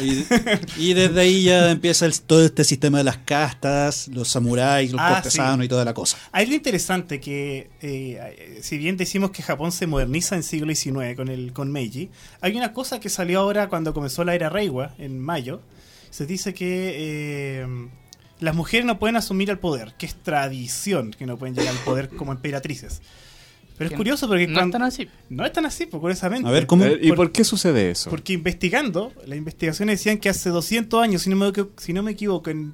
F: Y desde ahí ya empieza el- todo este sistema de las castas, los samuráis, los
I: Ah,
F: cortesanos
I: sí.
F: y toda la cosa.
I: Hay lo interesante que, eh, si bien decimos que Japón se moderniza en siglo XIX con, el, con Meiji, hay una cosa que salió ahora cuando comenzó la era Reiwa, en mayo. Se dice que eh, las mujeres no pueden asumir el poder, que es tradición que no pueden llegar al poder como emperatrices. Pero es
H: Que
I: curioso porque...
H: no
I: cuan-
H: están así.
I: No están así, pues, curiosamente.
F: A ver, ¿cómo?
G: Eh, ¿Y por qué sucede eso?
I: Porque investigando, las investigaciones decían que hace 200 años, si no me, equivo- si no me equivoco, en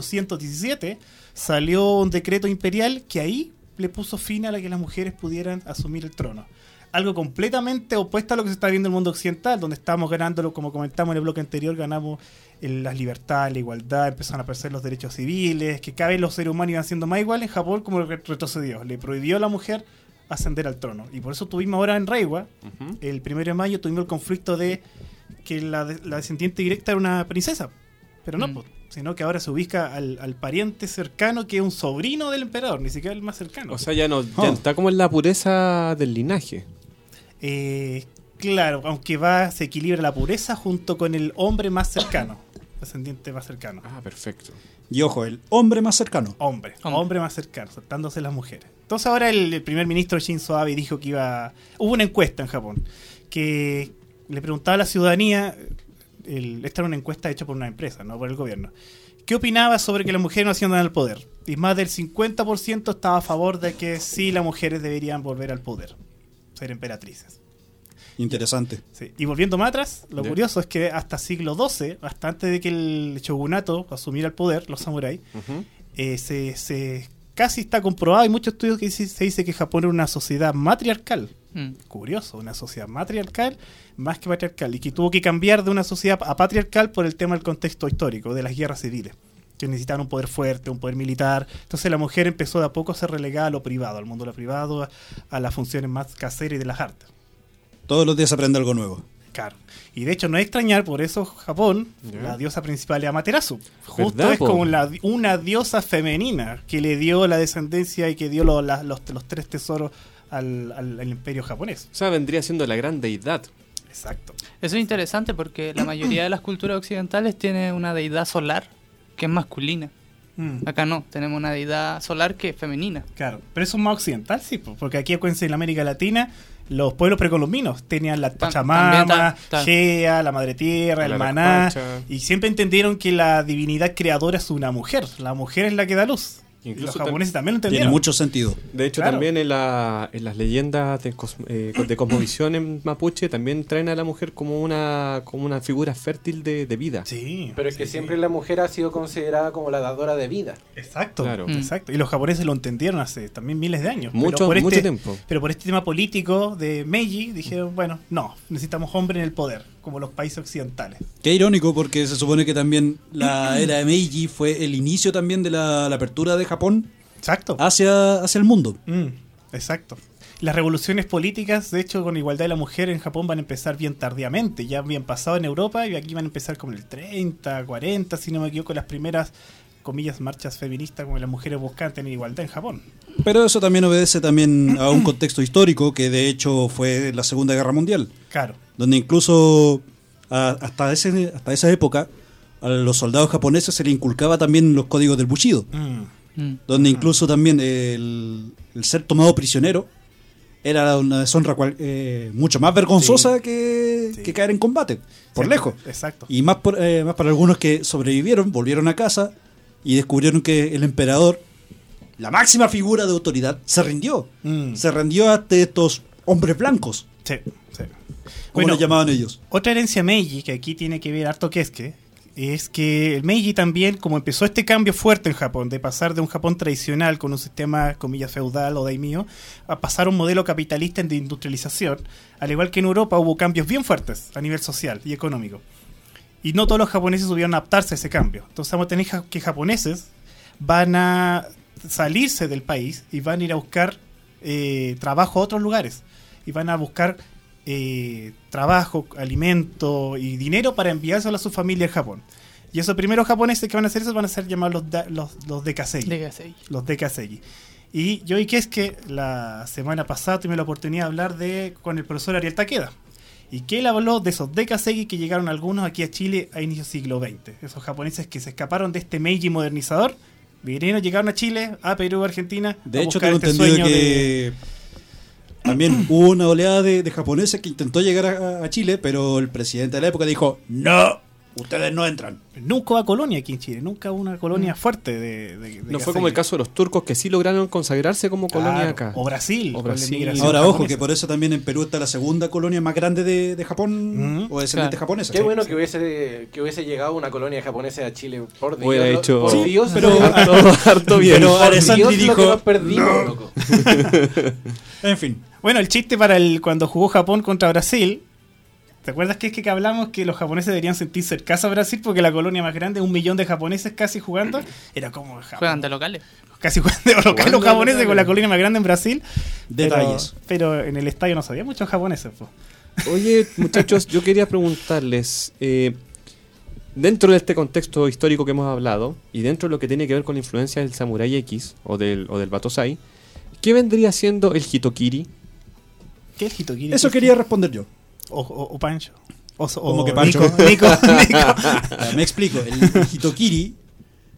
I: 1817, salió un decreto imperial que ahí le puso fin a la que las mujeres pudieran asumir el trono. Algo completamente opuesto a lo que se está viendo en el mundo occidental, donde estábamos ganándolo, como comentamos en el bloque anterior, ganamos en las libertades, la igualdad, empezaron a aparecer los derechos civiles, que cada vez los seres humanos iban siendo más iguales. En Japón, como re- retrocedió, le prohibió a la mujer ascender al trono. Y por eso tuvimos ahora en Reiwa, el primero de mayo tuvimos el conflicto de que la, de- la descendiente directa era una princesa. Pero no,
H: Mm.
I: po, sino que ahora se ubica al, al pariente cercano que es un sobrino del emperador, ni siquiera el más cercano.
G: O sea, ya no,
F: Oh.
G: ya está como en la pureza del linaje.
I: Eh, claro, aunque va, se equilibra la pureza junto con el hombre más cercano. Descendiente más cercano.
G: Ah, perfecto.
F: Y ojo, el hombre más cercano.
I: Hombre, hombre,
H: Hombre.
I: más cercano, saltándose las mujeres. Entonces ahora el, el primer ministro Shinzo Abe dijo que iba... Hubo una encuesta en Japón que le preguntaba a la ciudadanía, el- esta era una encuesta hecha por una empresa, no por el gobierno, ¿qué opinaba sobre que las mujeres no hacían nada al poder? Y más del 50% estaba a favor de que sí las mujeres deberían volver al poder, ser emperatrices.
F: Interesante.
I: Sí. Y volviendo más atrás, lo
G: Ya.
I: curioso es que hasta siglo XII, hasta antes de que el shogunato asumiera el poder, los samuráis, eh, se, se- casi está comprobado. Hay muchos estudios que dice- se dice que Japón era una sociedad matriarcal.
H: Mm.
I: Curioso, una sociedad matriarcal más que patriarcal y que tuvo que cambiar de una sociedad a patriarcal por el tema del contexto histórico, de las guerras civiles. que necesitaban un poder fuerte, un poder militar. Entonces la mujer empezó de a poco a ser relegada a lo privado, al mundo de lo privado, a, a las funciones más caseras y de las artes.
F: Todos los días aprende algo nuevo.
I: Claro. Y de hecho no es extrañar, por eso Japón,
F: Ya.
I: la diosa principal es Amaterasu. Justo
F: ¿Verdad,
I: es
F: po?
I: como la- una diosa femenina que le dio la descendencia y que dio lo- la- los, los tres tesoros al, al- al imperio japonés.
G: O sea, vendría siendo la gran deidad.
I: Exacto.
H: Eso es interesante porque la mayoría de las culturas occidentales tiene una deidad solar que es masculina.
I: Mm.
H: Acá no, tenemos una deidad solar que es femenina.
I: Claro, pero eso es más occidental, sí, po, porque aquí acuérdense en la América Latina los pueblos precolombinos tenían la
H: también
I: Pachamama,
H: ta- ta-
I: Gea, la Madre Tierra,
H: La
I: el Maná,
H: Pacha.
I: y siempre entendieron que la divinidad creadora es una mujer, la mujer es la que da luz. Y
G: Incluso
I: los
G: tam-
I: japoneses también lo entendieron.
F: sentido.
G: De hecho,
I: Claro.
G: también en, la- en las leyendas de, cos- eh, de Cosmovisión en Mapuche también traen a la mujer como una, como una figura fértil de, de vida.
I: Sí.
D: Pero es que siempre la mujer ha sido considerada como la dadora de vida.
I: Exacto,
G: Claro.
I: exacto. Y los japoneses lo entendieron hace también miles de años.
G: Mucho-
I: por
G: mucho
I: este-
G: tiempo.
I: Pero por este tema político de Meiji dijeron, bueno, no, necesitamos hombre en el poder, como los países occidentales.
F: Qué irónico porque se supone que también la era de Meiji fue el inicio también de la, la apertura de Japón
I: Exacto.
G: Ah.
F: hacia, hacia el mundo.
I: Mm, exacto. Las revoluciones políticas, de hecho, con igualdad de la mujer en Japón van a empezar bien tardíamente. Ya habían pasado en Europa y aquí van a empezar como en el 30, 40, si no me equivoco, las primeras, comillas, marchas feministas como las mujeres buscaban tener igualdad en Japón.
F: Pero eso también obedece también a un contexto histórico que de hecho fue la Segunda Guerra Mundial,
I: Claro.
F: donde incluso a- hasta, ese, hasta esa época a los soldados japoneses se les inculcaba también los códigos del bushido.
G: Mm.
F: donde incluso también el, el ser tomado prisionero era una deshonra cual- eh, mucho más vergonzosa que, que caer en combate, por
I: Sí,
F: lejos.
I: Exacto.
F: Y más, por- eh, más para algunos que sobrevivieron, volvieron a casa y descubrieron que el emperador, la máxima figura de autoridad, se rindió.
I: Mm.
F: Se rindió ante estos hombres blancos,
I: Sí, sí.
F: como
I: Bueno,
F: lo llamaban ellos.
I: Otra herencia Meiji que aquí tiene que ver harto que es que es que el Meiji también, como empezó este cambio fuerte en Japón, de pasar de un Japón tradicional con un sistema, comillas, feudal o daimyo, a pasar a un modelo capitalista de industrialización, al igual que en Europa hubo cambios bien fuertes a nivel social y económico. Y no todos los japoneses supieron adaptarse a ese cambio. Entonces vamos a tener ja- que japoneses van a salirse del país y van a ir a buscar eh, trabajo a otros lugares. Y van a buscar eh, trabajo, alimento y dinero para enviárselo a su familia en Japón. Y esos primeros japoneses que van a hacer eso van a ser llamados los, da- los, los dekasei.
H: Dekasei.
I: Los dekasei. Y yo y que es que la semana pasada tuve la oportunidad de hablar de, con el profesor Ariel Taqueda. Y que él habló de esos dekasei que llegaron algunos aquí a Chile a inicios del siglo XX. Esos japoneses que se escaparon de este Meiji modernizador, vinieron, llegaron a Chile, a Perú, Argentina.
F: De
I: a
F: hecho,
I: buscar
F: tengo
I: este
F: entendido
I: sueño
F: que
I: de-
F: también hubo una oleada de, de japoneses que intentó llegar a, a Chile, pero el presidente de la época dijo, no, ustedes no entran.
I: Nunca hubo colonia aquí en Chile, nunca hubo una colonia
F: Mm.
I: fuerte de... de- de
G: No
I: Gasegui.
G: fue como el caso de los turcos que sí lograron consagrarse como colonia
I: Claro,
G: acá.
I: o Brasil,
G: O
I: con la
G: Brasil.
I: inmigración
F: Ahora, ojo, que
I: japonesa.
F: por eso también en Perú está la segunda colonia más grande de, de Japón o descendientes japoneses.
D: Qué bueno que hubiese, que hubiese llegado una colonia japonesa a Chile, por Dios.
G: Hubiera
D: lo-
G: hecho-
D: por
G: Sí,
D: Dios,
G: pero-
D: lo-
G: harto- harto bien.
D: Por
F: Pero Alessandri
D: Dios, lo que
F: dijo,
D: nos perdimos,
F: "No".
D: loco.
F: En fin.
I: Bueno, el chiste para el cuando jugó Japón contra Brasil, ¿te acuerdas que es que hablamos que los japoneses deberían sentirse el caso a Brasil porque la colonia más grande, un millón de japoneses casi jugando, era como Japón.
H: Juegan de locales.
I: Casi jugando de local los japoneses con la colonia más grande en Brasil.
F: Detalles.
I: Pero, pero en el estadio no sabía muchos japoneses. po.
G: Oye, muchachos, yo quería preguntarles, eh, dentro de este contexto histórico que hemos hablado, y dentro de lo que tiene que ver con la influencia del Samurai X o del, o del Batosai, ¿qué vendría siendo el Hitokiri?
I: ¿Qué es Hitokiri?
F: Eso quería responder yo.
I: O, o- o Pancho. O, o-
F: Como que
I: o
F: Pancho.
I: Nico, Nico, Nico.
F: Ya, Me explico. El Hitokiri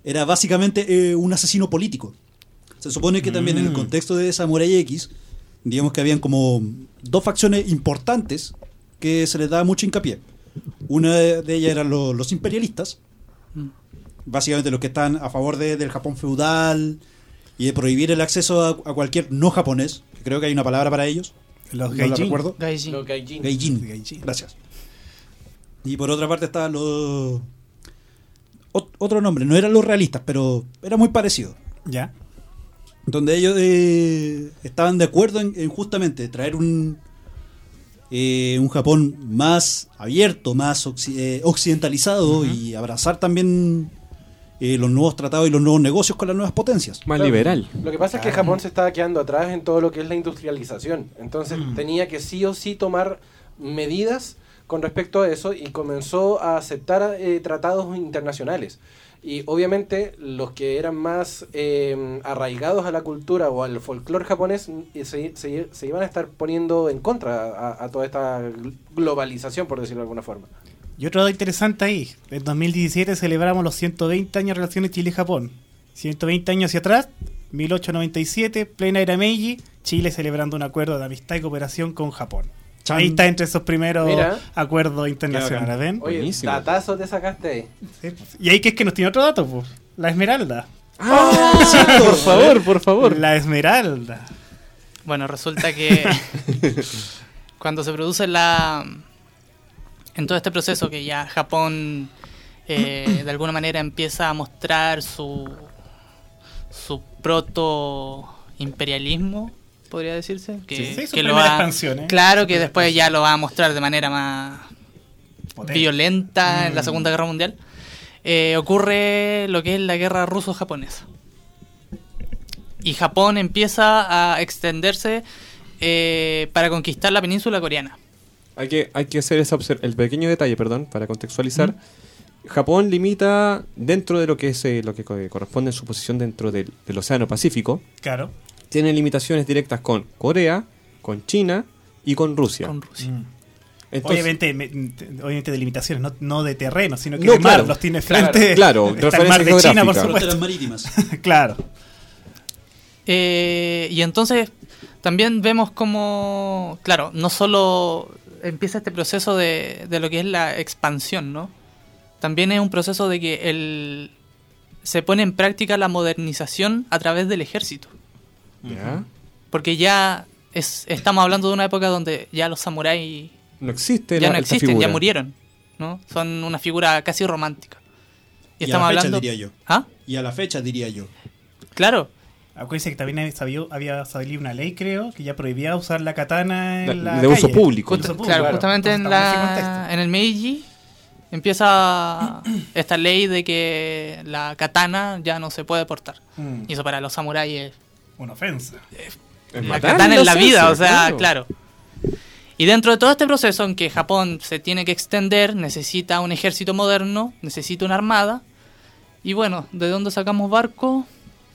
F: era básicamente eh, un asesino político. Se supone que también en el contexto de Samurai X, digamos que habían como dos facciones importantes que se les daba mucho hincapié. Una de ellas eran lo- los imperialistas, básicamente los que están a favor de- del Japón feudal y de prohibir el acceso a, a cualquier no japonés, que creo que hay una palabra para ellos.
I: Los
F: no la
I: gaijin.
F: recuerdo.
H: Gaijin.
D: Los gaijin.
F: Gaijin. Gracias. Y por otra parte estaban los. ot- Otro nombre, no eran los realistas, pero era muy parecido.
I: Ya.
F: Donde ellos eh, estaban de acuerdo en, en justamente traer un. eh, un Japón más abierto, más occi- eh, occidentalizado y abrazar también eh, los nuevos tratados y los nuevos negocios con las nuevas potencias.
G: Más liberal.
D: Lo que pasa es que Japón se estaba quedando atrás en todo lo que es la industrialización. Entonces tenía que sí o sí tomar medidas con respecto a eso y comenzó a aceptar eh, tratados internacionales. Y obviamente los que eran más eh, arraigados a la cultura o al folclore japonés eh, se, se- se iban a estar poniendo en contra a, a toda esta gl- globalización, por decirlo de alguna forma.
I: Y otro dato interesante ahí, en 2017 celebramos los 120 años de relaciones Chile-Japón. 120 años hacia atrás, 1897, plena era Meiji, Chile celebrando un acuerdo de amistad y cooperación con Japón.
F: Chan.
I: Ahí está entre esos primeros
D: Mira.
I: acuerdos internacionales, ¿ven?
D: Oye, datazo te sacaste ahí.
I: Y ahí que es que nos tiene otro dato, pues. La Esmeralda. Ah,
H: Por favor, por favor.
I: La Esmeralda.
H: Bueno, resulta que cuando se produce la... En todo este proceso que ya Japón eh, de alguna manera empieza a mostrar su, su proto imperialismo, podría decirse. Que,
I: Sí, sí, su
H: que lo
I: primera
H: va-
I: expansión, ¿eh?
H: Claro que después ya lo va a mostrar de manera más
I: Potente.
H: violenta en la
I: Mm.
H: Segunda Guerra Mundial. Eh, ocurre lo que es la guerra ruso-japonesa y Japón empieza a extenderse eh, para conquistar la península coreana.
G: Hay que, hay que hacer esa obser- el pequeño detalle, perdón, para contextualizar. Japón limita dentro de lo que es eh, lo que co- corresponde en su posición dentro del, del Océano Pacífico.
I: Claro.
G: Tiene limitaciones directas con Corea, con China y con Rusia.
I: Mm.
G: Entonces-
I: obviamente, me- te- obviamente de limitaciones, no, no de terreno, sino que
G: No,
I: de mar,
G: claro.
I: los tiene
G: Claro,
I: frente.
G: claro,
I: está el
G: referencia
I: mar de China, por
G: geográfica.
I: supuesto.
F: Fronteras marítimas.
I: claro.
H: Eh, y entonces también vemos como, claro, no solo empieza este proceso de, de lo que es la expansión, ¿no? También es un proceso de que el, se pone en práctica la modernización a través del ejército.
G: Ya.
H: Porque ya es- estamos hablando de una época donde ya los samuráis
G: No existe
H: ya
G: la-
H: no
G: esta
H: existen, ya
G: figura.
H: murieron, ¿no? Son una figura casi romántica.
F: Y
H: Y,
F: a
H: estamos
F: la fecha,
H: hablando,
F: diría yo.
H: ¿Ah?
F: Y a la fecha, diría yo.
H: Claro.
I: Acuérdense que también había sabido- había salido una ley, creo, que ya prohibía usar la katana en
G: La-
I: la
G: de uso
I: calle.
G: público.
I: De uso público,
H: claro, justamente en,
I: Entonces, pues, estamos ese
H: la, en el Meiji empieza esta ley de que la katana ya no se puede portar.
I: Mm.
H: Y eso para los samuráis es
I: contexto. Una ofensa.
H: la katana en la vida, o sea, claro. Y dentro de todo este proceso en que Japón se tiene que extender, necesita un ejército moderno, necesita una armada. Y bueno, ¿de dónde sacamos barco?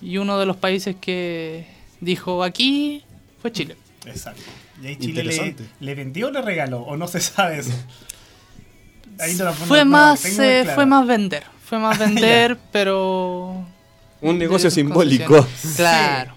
H: Y uno de los países que dijo aquí fue Chile.
I: Exacto. Y ahí Chile le,
H: Interesante.
I: le vendió o le regaló, o no se sabe eso. Ahí no la-
H: Fue
I: no- no la
H: más
I: tengo muy
H: eh,
I: clara.
H: fue más vender, fue más vender, pero
G: Un negocio
H: de-
G: simbólico.
H: Claro.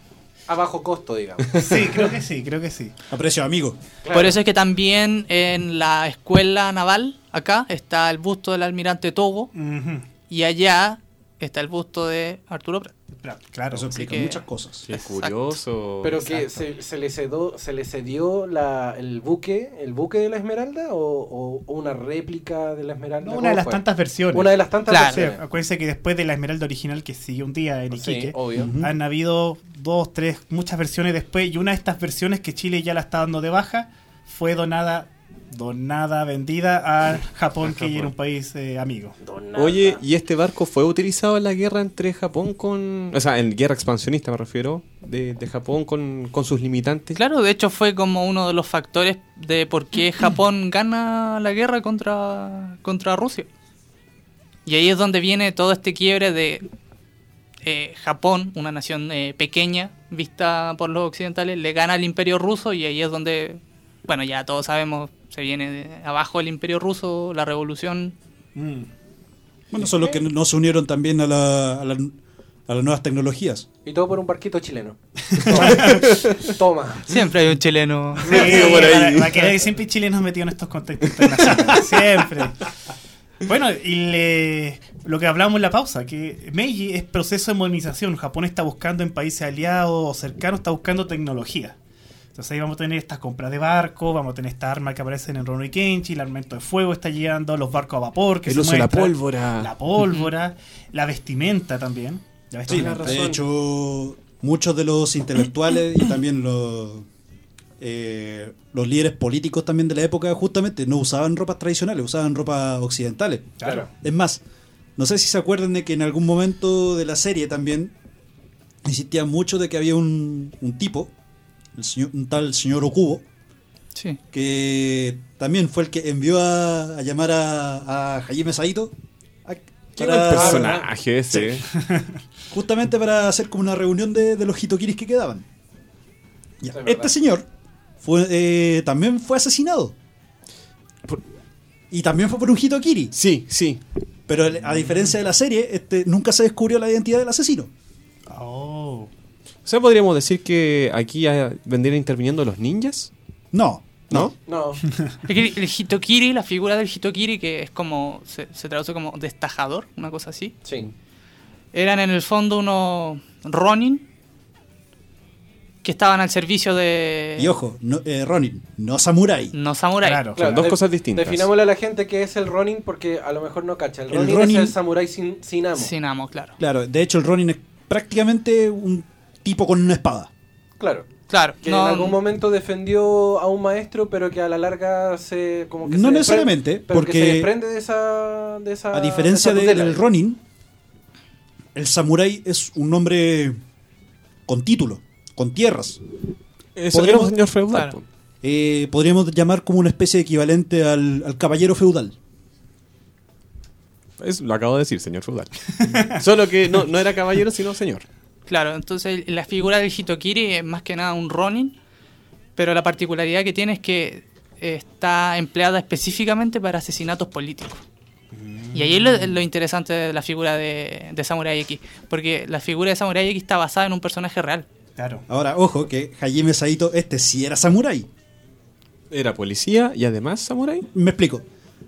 D: A bajo costo, digamos.
I: Sí, creo que sí, creo que sí.
F: Aprecio, amigo.
H: Por eso es que también en la escuela naval acá está el busto del almirante Togo
I: Ujú.
H: y allá está el busto de Arturo Prat.
I: Claro, claro.
F: Eso explica
H: que-
F: muchas cosas.
G: Qué curioso.
D: Pero que se, se le cedó, se le cedió la, el buque, el buque de la Esmeralda o, o- o una réplica de la Esmeralda.
I: No,
D: ¿Cómo
I: una de las
D: fue?
I: tantas versiones.
D: Una de las tantas
I: Claro.
D: versiones.
I: Sí, acuérdense que después de la Esmeralda original que siguió un día en
D: Sí,
I: Iquique,
D: obvio.
I: han habido dos, tres, muchas versiones después. Y una de estas versiones que Chile ya la está dando de baja fue donada, donada, vendida a Japón, que ya era un país eh, amigo.
G: Oye, ¿y este barco fue utilizado en la guerra entre Japón con... O sea, en guerra expansionista me refiero, de, de Japón con, con sus limitantes?
H: Claro, de hecho fue como uno de los factores de por qué Japón gana la guerra contra, contra Rusia. Y ahí es donde viene todo este quiebre de eh, Japón, una nación eh, pequeña vista por los occidentales, le gana al imperio ruso y ahí es donde, bueno, ya todos sabemos, se viene de- abajo el imperio ruso, la revolución.
F: Bueno, son los que no se unieron también a, la- a la- a las nuevas tecnologías.
D: Y todo por un barquito chileno. Toma.
H: Siempre hay un chileno.
I: Sí, para- para que vean que siempre Chile nos metido en estos contextos internacionales. siempre. Bueno, y le- lo que hablábamos en la pausa, que Meiji es proceso de modernización. Japón está buscando en países aliados o cercanos, está buscando tecnología. Entonces ahí vamos a tener estas compras de barcos, vamos a tener estas armas que aparecen en Rono y Kenchi, el armamento de fuego está llegando, los barcos a vapor que
G: El
I: se
G: uso de la
I: muestra,
G: pólvora.
I: La pólvora, la vestimenta también. La
F: Sí,
I: vestimenta.
F: de hecho, muchos de los intelectuales y también los, eh, los líderes políticos también de la época, justamente, no usaban ropas tradicionales, usaban ropas occidentales.
I: Claro.
F: Es más, No sé si se acuerdan de que en algún momento de la serie también existía mucho de que había un, un tipo, el señor- un tal señor Okubo,
H: Sí.
F: que también fue el que envió a, a llamar a, a Hajime Saito. a-
G: Qué
F: para-
G: buen personaje ese. ¿eh?
F: Justamente para hacer como una reunión de, de los hitokiris que quedaban. Ya,
G: Es verdad.
F: Este señor fue, eh, también fue asesinado. Y también fue por un hitokiri.
G: Sí, sí.
F: Pero el- a diferencia de la serie, este, nunca se descubrió la identidad del asesino.
I: Oh,
G: O sea, podríamos decir que aquí ya vendrían interviniendo los ninjas.
F: No.
G: ¿No?
D: No.
H: Es que el Hitokiri, la figura del Hitokiri, que es como. se, se traduce como destajador, una cosa así.
D: Sí.
H: Eran en el fondo unos Ronin que estaban al servicio de.
F: Y ojo, no, eh, Ronin, no samurai.
H: No samurai.
D: de- Definámosle a la gente que es el Ronin porque a lo mejor no cacha. El
F: El
D: Ronin,
F: Ronin-
D: es el samurái sin, sin amo.
H: Sin amo, claro.
F: Claro, de hecho el Ronin es prácticamente un tipo con una espada.
D: Claro.
H: Claro.
D: Que
F: no-
D: en algún momento defendió a un maestro, pero que a la larga se. Como que
F: No
D: se despre-
F: necesariamente,
D: pero que
F: porque-
D: se desprende de esa. De esa
F: A diferencia
D: de Ah, esa
F: del
D: tutela.
F: Ronin, el samurái es un hombre con título, con tierras.
G: Es un señor feudal, po.
F: eh, podríamos llamar como una especie de equivalente al, al caballero feudal.
G: pues. Es- lo acabo de decir, señor feudal. Solo que no, no era caballero, sino señor.
H: Claro, entonces la figura del Hitokiri es más que nada un Ronin, pero la particularidad que tiene es que está empleada específicamente para asesinatos políticos. Y ahí es lo, lo interesante de la figura de, de Samurai X, porque la figura de Samurai X está basada en un personaje real.
I: Claro.
F: Ahora, ojo, que Hajime Saito, este sí era samurái.
G: Era policía y además samurái.
F: Me explico.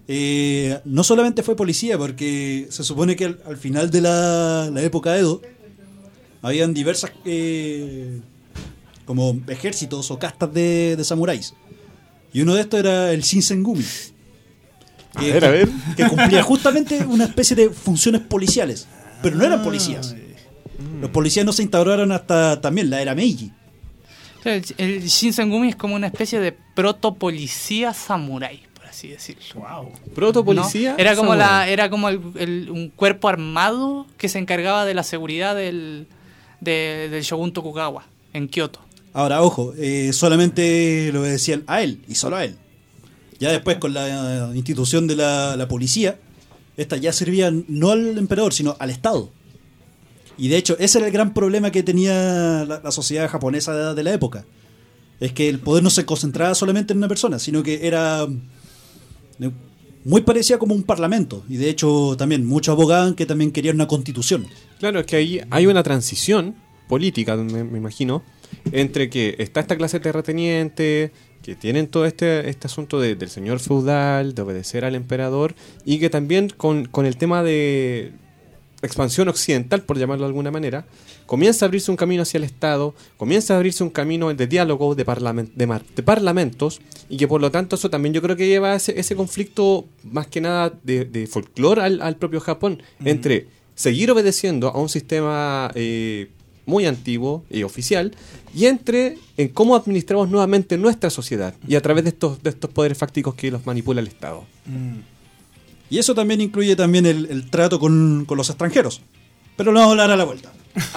F: Eh, no solamente fue policía, porque se supone que al, al final de la, la época Edo habían diversas eh, como ejércitos o castas de, de samuráis. Y uno de estos era el Eh, Shinsengumi.
G: A ver, a ver.
F: Que cumplía justamente una especie de funciones policiales. Pero no eran policías. Los policías no se instauraron hasta también la era Meiji.
H: El, el Shinsengumi es como una especie de protopolicía samurai, por así decirlo.
I: Wow.
G: Protopolicía
H: Era como la,
G: samurái.
H: era como el- el- un cuerpo armado que se encargaba de la seguridad del, de- del shogun Tokugawa en Kioto.
F: Ahora, ojo, eh, solamente lo obedecían a él y solo a él. Ya después con la eh, institución de la, la policía, esta ya servía no al emperador, sino al Estado. Y de hecho, ese era el gran problema que tenía la, la sociedad japonesa de, de la época. Es que el poder no se concentraba solamente en una persona, sino que era eh, muy parecía como un parlamento. Y de hecho, también muchos abogaban que también querían una constitución.
G: Claro, es que ahí hay una transición política, me, me imagino, entre que está esta clase terrateniente, que tienen todo este, este asunto de- del señor feudal, de obedecer al emperador, y que también con, con el tema de expansión occidental, por llamarlo de alguna manera, comienza a abrirse un camino hacia el Estado, comienza a abrirse un camino de diálogo, de, parlamen- de, mar- de parlamentos, y que por lo tanto eso también yo creo que lleva a ese, ese conflicto más que nada de, de folclore al, al propio Japón, entre seguir obedeciendo a un sistema eh, muy antiguo y oficial, y entre en cómo administramos nuevamente nuestra sociedad, y a través de estos, de estos poderes fácticos que los manipula el Estado.
I: Mm.
F: Y eso también incluye también el, el trato con, con los extranjeros. Pero lo vamos a hablar a la vuelta.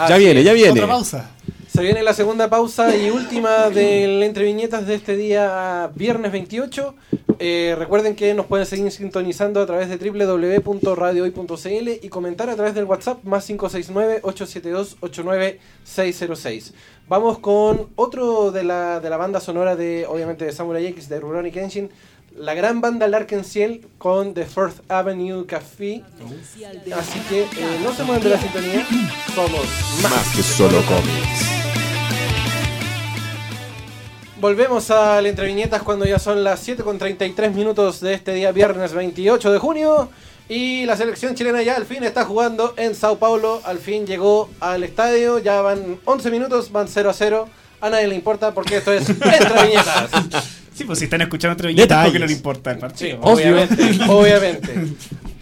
G: ya viene, ya viene.
D: Se viene la segunda pausa y última del Entre Viñetas de este día viernes 28. Eh, recuerden que nos pueden seguir sintonizando a través de www.radiohoy.cl y comentar a través del WhatsApp más 569-872-89606. Vamos con otro de la, de la banda sonora de, obviamente, de Samurai X, de Rurouni Kenshin. La gran banda Larkin Ciel con The Fourth Avenue Café. Así que eh, no se muevan de la sintonía. Somos más.
E: que solo cómics.
D: Volvemos al Entre Viñetas cuando ya son las 7.33 minutos de este día viernes 28 de junio. Y la selección chilena ya al fin está jugando en Sao Paulo. Al fin llegó al estadio. Ya van 11 minutos, van 0 a 0. A nadie le importa porque esto es Entre Viñetas.
I: Sí, pues si están escuchando otra viñeta, porque no le
D: Detalles.
I: importa el partido.
D: Sí, obviamente. obviamente.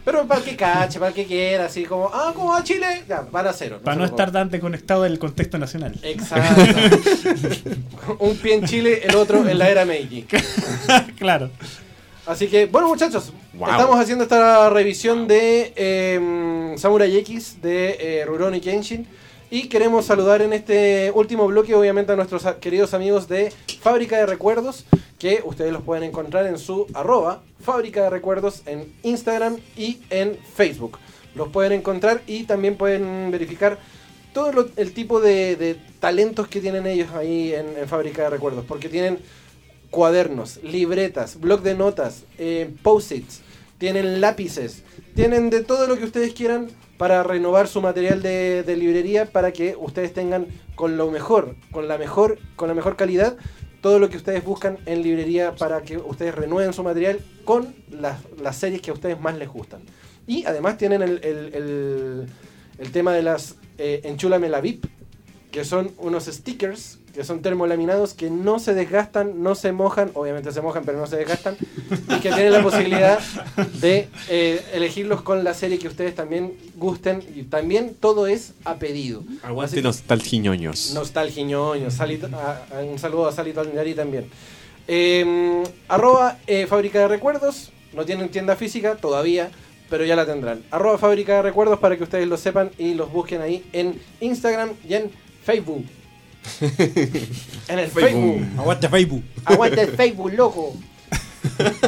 D: Pero para el que cache, para el que quiera, así como, ah, ¿cómo va Chile? Ya, van a 0.
I: Para no estar tan desconectado del contexto nacional.
H: Eh,
D: Exacto. Un pie en Chile, el otro en la era Meiji.
I: claro.
D: Así que, bueno, muchachos,
G: Wow.
D: estamos haciendo esta revisión de eh, Samurai X de eh, Rurouni Kenshin. Y queremos saludar en este último bloque, obviamente, a nuestros a- queridos amigos de Fábrica de Recuerdos, que ustedes los pueden encontrar en su arroba Fábrica de Recuerdos en Instagram y en Facebook. Los pueden encontrar y también pueden verificar todo lo- el tipo de, de talentos que tienen ellos ahí en, en Fábrica de Recuerdos, porque tienen cuadernos, libretas, blog de notas, eh, post-its, tienen lápices, tienen de todo lo que ustedes quieran para renovar su material de, de librería para que ustedes tengan con lo mejor, con la mejor, con la mejor calidad todo lo que ustedes buscan en librería para que ustedes renueven su material con las, las series que a ustedes más les gustan. Y además tienen el, el- el- el tema de las eh, Enchúlame la VIP, que son unos stickers que son termolaminados que no se desgastan, no se mojan, obviamente se mojan, pero no se desgastan, y que tienen la posibilidad de eh, elegirlos con la serie que ustedes también gusten, y también todo es a pedido.
G: Aguante nostalgiñoños.
D: Nostalgiñoño, Salito- a- a- ah, un saludo a Salito Almirari también. Eh, arroba eh, Fábrica de Recuerdos, no tienen tienda física todavía, pero ya la tendrán. Arroba Fábrica de Recuerdos para que ustedes lo sepan y los busquen ahí en Instagram y en Facebook. en el Facebook.
F: Aguante Facebook.
D: Aguanta el Facebook, loco.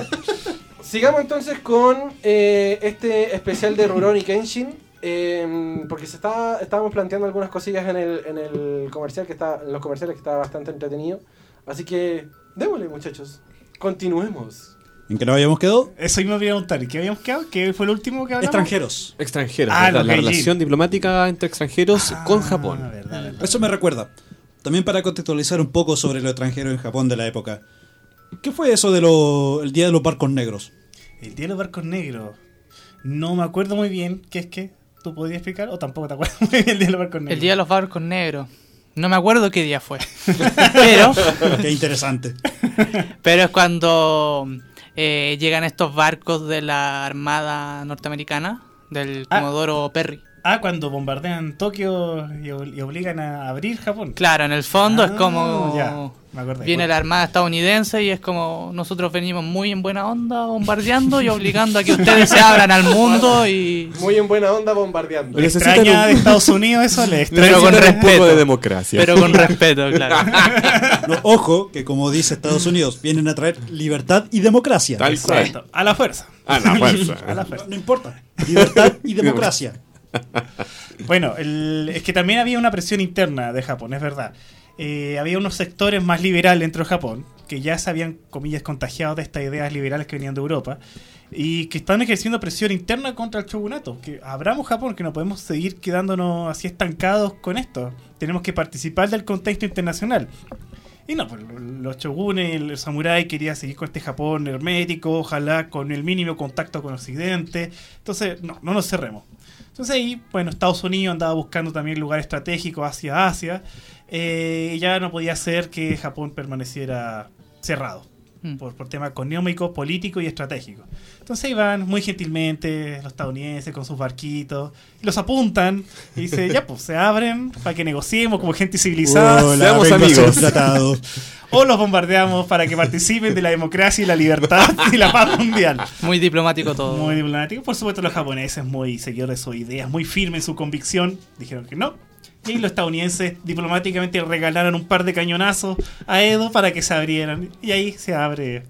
D: Sigamos entonces con eh, este especial de Rurouni Kenshin. eh, porque se está, estábamos planteando algunas cosillas en el, en el comercial que está, en los comerciales que está bastante entretenido. Así que démosle muchachos. Continuemos.
F: ¿En qué nos habíamos quedado?
I: Eso me voy a preguntar. ¿Qué habíamos quedado? ¿Qué fue el último que hablamos?
F: Extranjeros.
G: Extranjeros,
I: Ah,
G: ¿verdad?
I: los
G: la
I: Gaijin.
G: relación diplomática entre extranjeros
F: Ah,
I: Ah,
G: con Japón.
F: Eso me recuerda. También para contextualizar un poco sobre lo extranjero en Japón de la época. ¿Qué fue eso del el Día de los Barcos Negros?
I: El día de los barcos negros. No me acuerdo muy bien qué es que tú podías explicar o tampoco te acuerdas muy bien el día de los barcos negros.
H: El día de los barcos negros. No me acuerdo qué día fue. pero,
F: Qué interesante.
H: pero es cuando eh, llegan estos barcos de la Armada Norteamericana, del
I: Ah.
H: Comodoro Perry.
I: Ah, cuando bombardean Tokio y, ob- y obligan a abrir Japón.
H: Claro, en el fondo es
I: Ah,
H: como
I: ya, me acordé.
H: viene la Armada estadounidense y es como nosotros venimos muy en buena onda bombardeando y obligando a que ustedes se abran al mundo y
D: Muy en buena onda bombardeando.
I: Le
G: Necesitan
I: extraña
G: un-
I: de Estados Unidos eso, le extraña.
H: Pero con
G: Necesitan un poco
H: respeto.
G: de democracia.
H: pero con respeto, claro.
F: No, ojo, que como dice Estados Unidos, vienen a traer libertad y democracia.
G: Tal cual.
I: Exacto, A la fuerza.
H: Ah,
G: A la
I: A la
G: fuerza.
I: fuerza.
F: No importa. Libertad y democracia.
I: Bueno, el- es que también había una presión interna de Japón, es verdad. Eh, había unos sectores más liberales dentro de Japón, que ya se habían, comillas, contagiado de estas ideas liberales que venían de Europa, y que están ejerciendo presión interna contra el shogunato. Que abramos Japón, que no podemos seguir quedándonos así estancados con esto. Tenemos que participar del contexto internacional. Y no, pues los shogunes, el samurái quería seguir con este Japón hermético, ojalá con el mínimo contacto con Occidente. Entonces, no, no nos cerremos. Entonces ahí, bueno, Estados Unidos andaba buscando también lugar estratégico hacia Asia. eh, y ya no podía ser que Japón permaneciera cerrado.
H: Mm.
I: Por, por temas económicos, políticos y estratégicos. Entonces ahí van muy gentilmente los estadounidenses con sus barquitos. Los apuntan y dice, ya pues, se abren para que negociemos como gente civilizada.
F: Hola,
G: seamos
F: vengo a ser
G: amigos.
F: tratado.
I: O los bombardeamos para que participen de la democracia y la libertad y la paz mundial.
H: Muy diplomático todo.
I: Muy diplomático. Por supuesto, los japoneses, muy seguidores de sus ideas, muy firmes en su convicción, dijeron que no. Y ahí los estadounidenses diplomáticamente regalaron un par de cañonazos a Edo para que se abrieran. Y ahí se abre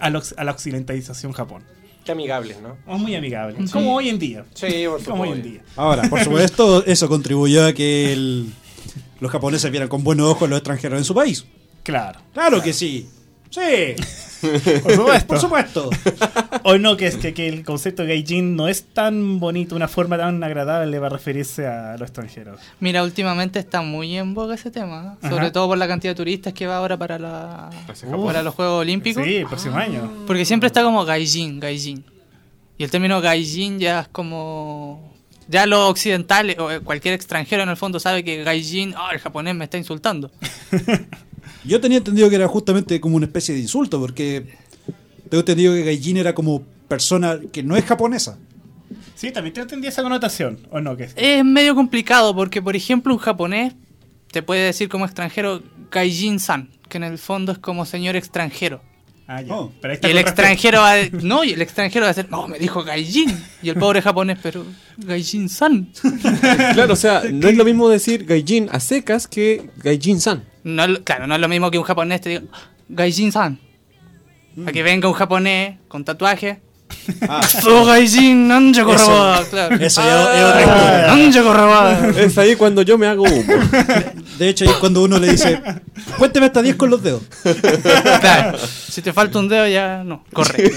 I: a, la ox- a la occidentalización Japón.
D: Qué amigables, ¿no?
I: Es muy amigable. Como hoy en día.
D: Sí, por
I: Como hoy en
D: supuesto.
I: día.
F: Ahora, por supuesto, eso contribuyó a que el- los japoneses vieran con buenos ojos a los extranjeros en su país.
I: Claro.
F: Claro que sí. Sí.
I: Por supuesto.
F: Por supuesto.
I: O no, que es que, que el concepto gaijin no es tan bonito, una forma tan agradable para referirse a los extranjeros.
H: Mira, últimamente está muy en boga ese tema, ¿eh? sobre
I: Ajá.
H: todo por la cantidad de turistas que va ahora para, la,
G: Hacia
I: Japón.
H: para los Juegos Olímpicos.
I: Sí, el
H: Ah.
I: próximo año.
H: Porque siempre está como gaijin, gaijin. Y el término gaijin ya es como... Ya los occidentales, o eh, cualquier extranjero en el fondo sabe que gaijin, ah, el japonés me está insultando.
F: Yo tenía entendido que era justamente como una especie de insulto, porque tengo entendido que Gaijin era como persona que no es japonesa.
I: Sí, también te entendí esa connotación. O no, que es
H: Es medio complicado porque, por ejemplo, un japonés te puede decir como extranjero gaijin-san, que en el fondo es como señor extranjero.
I: Ah, ya.
D: Oh.
I: Pero ahí
H: Y
I: está
H: el
I: con
H: extranjero va a, no, y el extranjero va a decir, no, me dijo Gaijin. Y el pobre japonés, pero Gaijin-san.
G: Claro, o sea, no es lo mismo decir gaijin a secas que gaijin-san.
H: No es lo- claro, no es lo mismo que un japonés te diga, Gaijin-san. A que venga un japonés con tatuaje. "Oh, Gaijin, nanja corroba", claro. Ah, nanja corroba.
G: Es ahí cuando yo me hago humo.
F: De hecho, ahí es cuando uno le dice, cuénteme hasta 10 con los dedos.
H: Claro, si te falta un dedo ya no, corre.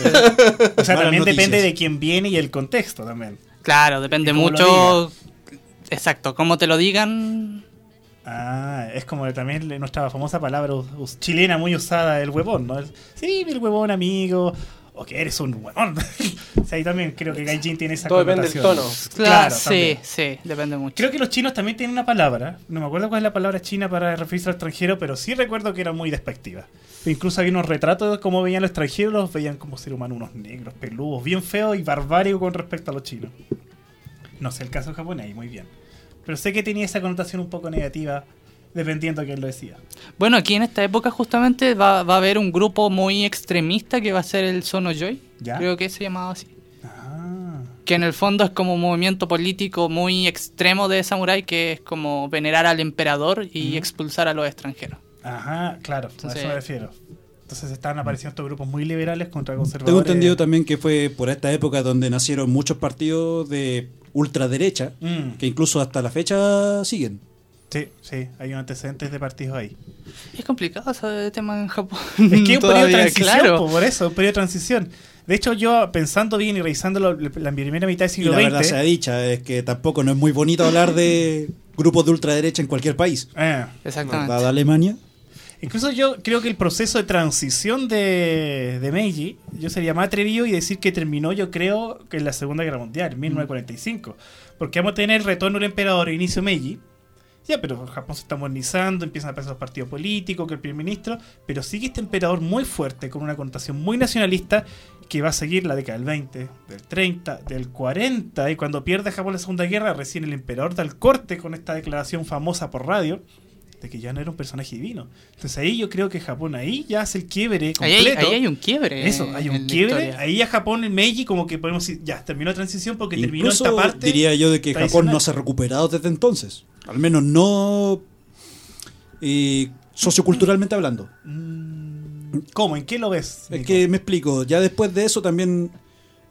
I: O sea, también depende de quién viene y el contexto también.
H: Claro, depende
I: Y cómo lo
H: mucho. Exacto, cómo te lo digan.
I: Ah, es como también le- nuestra famosa palabra us- us- chilena muy usada, el huevón, ¿no? Es, Sí, el huevón amigo. O que eres un huevón. o sea, ahí también creo que Gaijin tiene esa
D: Todo depende del
I: connotación.
D: tono.
H: Claro,
I: Pues también.
H: sí, sí, depende mucho.
I: Creo que los chinos también tienen una palabra. No me acuerdo cuál es la palabra china para referirse al extranjero, pero sí recuerdo que era muy despectiva. Incluso había unos retratos de cómo veían los extranjeros, los veían como ser humanos, unos negros, peludos, bien feos y barbáricos con respecto a los chinos. No sé el caso japonés, muy bien. Pero sé que tenía esa connotación un poco negativa, dependiendo de quién lo decía.
H: Bueno, aquí en esta época justamente va, va a haber un grupo muy extremista que va a ser el Sono Joy.
I: Ya. Ah.
H: Creo que se llamaba así. Que en el fondo es como un movimiento político muy extremo de samurái que es como venerar al emperador
I: ¿Mm?
H: y expulsar a los extranjeros.
I: Ajá, claro, a
H: Entonces-
I: eso me refiero. Entonces están apareciendo estos grupos muy liberales contra conservadores.
F: Tengo entendido también que fue por esta época donde nacieron muchos partidos de ultraderecha,
I: Mm.
F: que incluso hasta la fecha siguen.
I: Sí, sí, hay unos antecedentes de partidos ahí.
H: Es complicado ese tema en Japón.
I: Es que es un periodo de
H: Todavía,
I: transición,
H: claro.
I: po, por eso, un periodo de transición. De hecho, yo pensando bien y revisando la, la primera mitad del
F: Y
I: siglo
F: la verdad
I: XX.
F: sea dicha, es que tampoco no es muy bonito hablar de grupos de ultraderecha en cualquier país.
I: eh,
H: Exactamente.
F: ¿Verdad, Alemania?
I: incluso yo creo que el proceso de transición de, de Meiji, yo sería más atrevido y decir que terminó, yo creo, que en la Segunda Guerra Mundial,
F: Mm.
I: en 1945. Porque vamos a tener el retorno del emperador, inicio Meiji. Ya, pero Japón se está modernizando, empiezan a aparecer los partidos políticos, que el primer ministro, pero sigue este emperador muy fuerte, con una connotación muy nacionalista, que va a seguir la década del 20, del 30, del 40, y cuando pierde Japón la Segunda Guerra, recién el emperador da el corte con esta declaración famosa por radio, de que ya no era un personaje divino. Entonces ahí yo creo que Japón ahí ya hace el quiebre
H: Ahí hay,
I: completo.
H: ahí hay un quiebre.
I: Eso, hay
H: en
I: un
H: la
I: quiebre.
H: historia.
I: Ahí a Japón, el Meiji, como que podemos decir, ya, terminó la transición porque terminó
F: Incluso
I: esta parte.
F: diría yo de que Japón
I: tradicional.
F: no se ha recuperado desde entonces. Al menos no eh, socioculturalmente hablando.
I: ¿Cómo? ¿En qué lo ves?
F: Es
I: Nico?
F: que me explico, ya después de eso también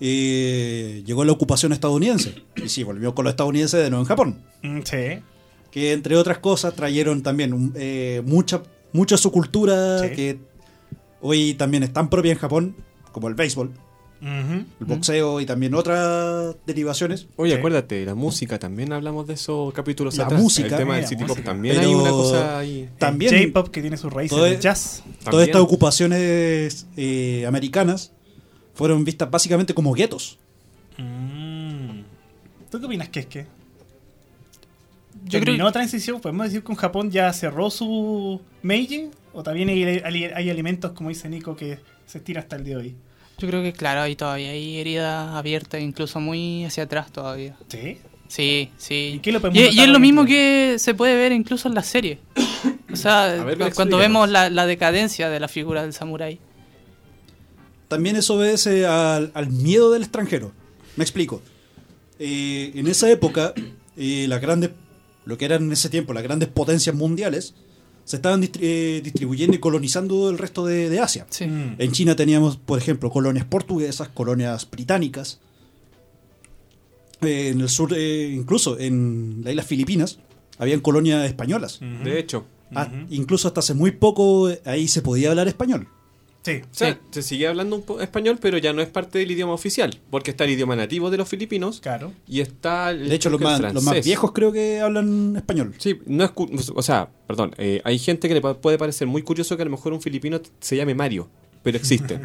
F: eh, llegó la ocupación estadounidense. Y sí, volvió con los estadounidenses de nuevo en Japón.
I: Mm, Sí.
F: Que entre otras cosas trajeron también un- eh, mucha, mucha su cultura
I: Sí.
F: que hoy también es tan propia en Japón, como el béisbol,
I: Ujú.
F: el boxeo y también otras derivaciones.
G: Oye,
I: Sí.
G: acuérdate, la música, también hablamos de esos capítulos
F: La
G: atrás.
F: música,
G: El tema del
I: la
G: City Pop
I: música.
G: también
F: Pero-
G: hay una cosa ahí.
F: También
I: El J-pop que tiene sus raíces
F: Todo
I: en
F: es-
I: el jazz.
F: Todas
G: También.
F: estas ocupaciones eh, americanas fueron vistas básicamente como guetos. Mm.
I: ¿Tú qué opinas, Keske?
H: Yo creo
I: ¿Terminó la transición? ¿Podemos decir que un Japón ya cerró su Meiji? ¿O también hay, hay- hay alimentos, como dice Nico, que se estira hasta el día de hoy?
H: Yo creo que, claro, ahí todavía hay heridas abiertas, incluso muy hacia atrás todavía.
I: Sí.
H: Sí, sí.
I: ¿Y qué lo podemos
H: y,
I: notar
H: y es lo
I: realmente?
H: mismo que se puede ver incluso en las series. O sea,
G: A ver,
H: cu-
G: explícanos.
H: cuando vemos la, la decadencia de la figura del samurái.
F: También eso obedece al, al miedo del extranjero. Me explico. Eh, en esa época, eh, las grandes, lo que eran en ese tiempo, las grandes potencias mundiales, se estaban distri- eh, distribuyendo y colonizando el resto de, de Asia.
H: Sí.
I: Mm.
F: En China teníamos, por ejemplo, colonias portuguesas, colonias británicas. Eh, en el sur, eh, incluso en las islas Filipinas, habían colonias españolas.
G: De hecho,
F: Ah, incluso hasta hace muy poco eh, ahí se podía hablar español.
I: Sí.
G: o sea, se sigue hablando un po- español, pero ya no es parte del idioma oficial, porque está el idioma nativo de los filipinos
I: Claro.
G: y está el
F: De hecho, los
G: creo que
F: más,
G: el
F: los más
G: francés.
F: viejos creo que hablan español.
G: Sí, no es cu- o sea, perdón, eh, hay gente que le pa- puede parecer muy curioso que a lo mejor un filipino t- se llame Mario, pero existe.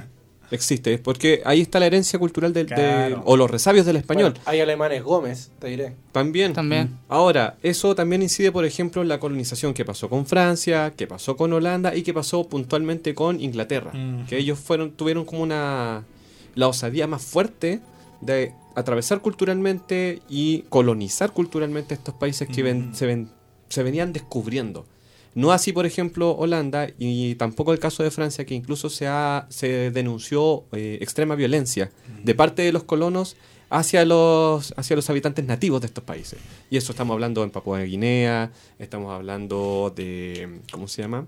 G: existe, es porque ahí está la herencia cultural del, del-
I: Claro.
G: o los resabios del español.
D: Bueno, hay alemanes Gómez, te diré.
G: También.
I: Mm.
H: También.
G: Ahora, eso también incide, por ejemplo, en la colonización que pasó con Francia, que pasó con Holanda y que pasó puntualmente con Inglaterra.
I: Ujú.
G: Que ellos fueron, tuvieron como una. la osadía más fuerte de atravesar culturalmente y colonizar culturalmente estos países que ven- se, ven- se venían descubriendo. No así, por ejemplo, Holanda y tampoco el caso de Francia, que incluso se, ha- se denunció eh, extrema violencia de parte de los colonos hacia los, hacia los habitantes nativos de estos países. Y eso estamos hablando en Papua Nueva Guinea, estamos hablando de, ¿cómo se llama?